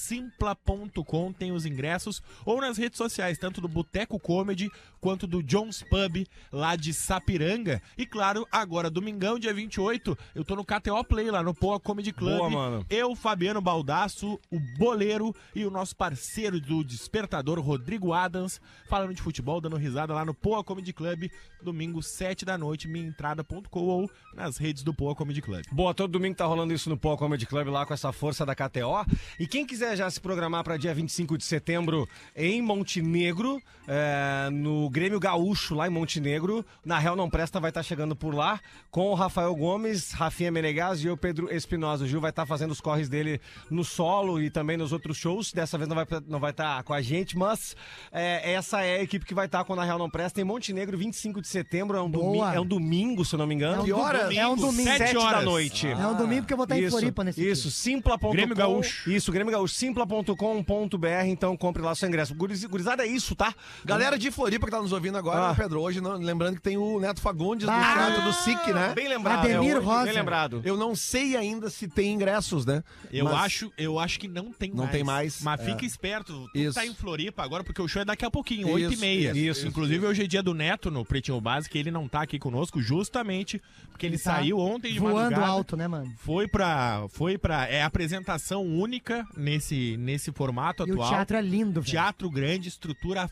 Speaker 7: simpla.com tem os ingressos, ou nas redes sociais, tanto do Boteco Comedy quanto do Jones Pub, lá de Sapiranga. E claro, agora, domingão, dia 28, eu tô no KTO Play, lá no Poa Comedy Club.
Speaker 10: Boa, mano.
Speaker 7: Eu, Fabiano Baldasso, o Boleiro e o nosso parceiro do Despertador, Rodrigo Adams, falando de futebol, dando risada lá no Poa Comedy Club, domingo, 7 da noite, minhaentrada.com ou nas redes do Poa Comedy Club.
Speaker 10: Boa, todo domingo tá rolando isso no Pó Comedy Club lá com essa força da KTO. E quem quiser já se programar para dia 25 de setembro em Montenegro, é, no Grêmio Gaúcho lá em Montenegro, na Real Não Presta vai estar chegando por lá com o Rafael Gomes, Rafinha Menegas e eu, Pedro Espinosa. O Gil vai estar fazendo os corres dele no solo e também nos outros shows. Dessa vez não vai estar não vai tá com a gente, mas é, essa é a equipe que vai estar com o Na Real Não Presta em Montenegro, 25 de setembro. É um, domi
Speaker 5: Boa.
Speaker 10: é um domingo, se eu não me engano.
Speaker 5: É um Que domingo. horas? É um domingo.
Speaker 10: Sete
Speaker 7: Sete horas.
Speaker 10: da noite.
Speaker 5: é um domingo domingo que eu vou estar em Floripa nesse
Speaker 10: Isso, simpla.com.
Speaker 8: Grêmio Gaúcho.
Speaker 10: Isso, Grêmio Gaúcho. Simpla.com.br. Então compre lá seu ingresso. Guriz- Gurizada, é isso, tá?
Speaker 6: Galera de Floripa que tá nos ouvindo agora,
Speaker 10: Ah.
Speaker 6: né, Pedro, hoje, não- lembrando que tem o Neto Fagundes no
Speaker 5: Ah.
Speaker 6: teatro do SIC, né?
Speaker 10: Bem lembrado.
Speaker 5: Ademir
Speaker 10: é, hoje,
Speaker 5: Rosa.
Speaker 10: Bem lembrado.
Speaker 6: Eu não sei ainda se tem ingressos, né?
Speaker 7: Eu,
Speaker 6: Mas-
Speaker 7: acho, eu acho que não tem
Speaker 6: Não
Speaker 7: mais.
Speaker 6: tem mais,
Speaker 7: Mas
Speaker 6: é.
Speaker 7: fica esperto. Tu
Speaker 6: Isso.
Speaker 7: tá em Floripa agora, porque o show é daqui a pouquinho,
Speaker 6: Isso,
Speaker 7: 8 e meia.
Speaker 10: isso,
Speaker 7: Inclusive, hoje é dia do Neto no Pretinho Básico, e ele não tá aqui conosco justamente porque ele,
Speaker 5: Ele tá
Speaker 7: saiu ontem de
Speaker 5: Voando
Speaker 7: madrugada.
Speaker 5: alto, né, mano?
Speaker 7: Foi pra. Foi pra. É apresentação única nesse, nesse formato
Speaker 5: E o
Speaker 7: atual.
Speaker 5: teatro é lindo, velho.
Speaker 7: Teatro grande, estrutura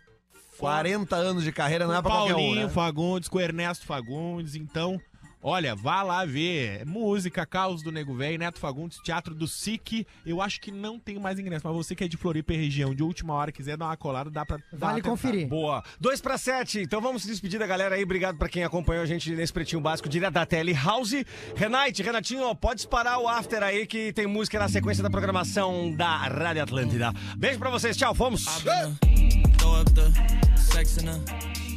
Speaker 6: 40 anos de carreira não é
Speaker 7: com
Speaker 6: pra
Speaker 7: Paulinho
Speaker 6: qualquer um, né?
Speaker 7: Fagundes, com Ernesto Fagundes. Então, olha, vá lá ver. É Música, Caos do Nego Velho, Neto Fagundes, Teatro do SIC. Eu acho que não tem mais ingresso, mas você que é de Floripa e região, de última hora, quiser dar uma colada, dá pra. dá uma
Speaker 5: Vale
Speaker 7: tentada.
Speaker 5: conferir.
Speaker 10: Boa. 2 para 7. Então vamos se despedir da galera aí. Obrigado pra quem acompanhou a gente nesse pretinho básico direto da Tele House. Renate, Renatinho, ó, pode parar o after aí que tem música na sequência da programação da Rádio Atlântida. Beijo pra vocês. Tchau. Vamos.
Speaker 11: Throw up the sex in her.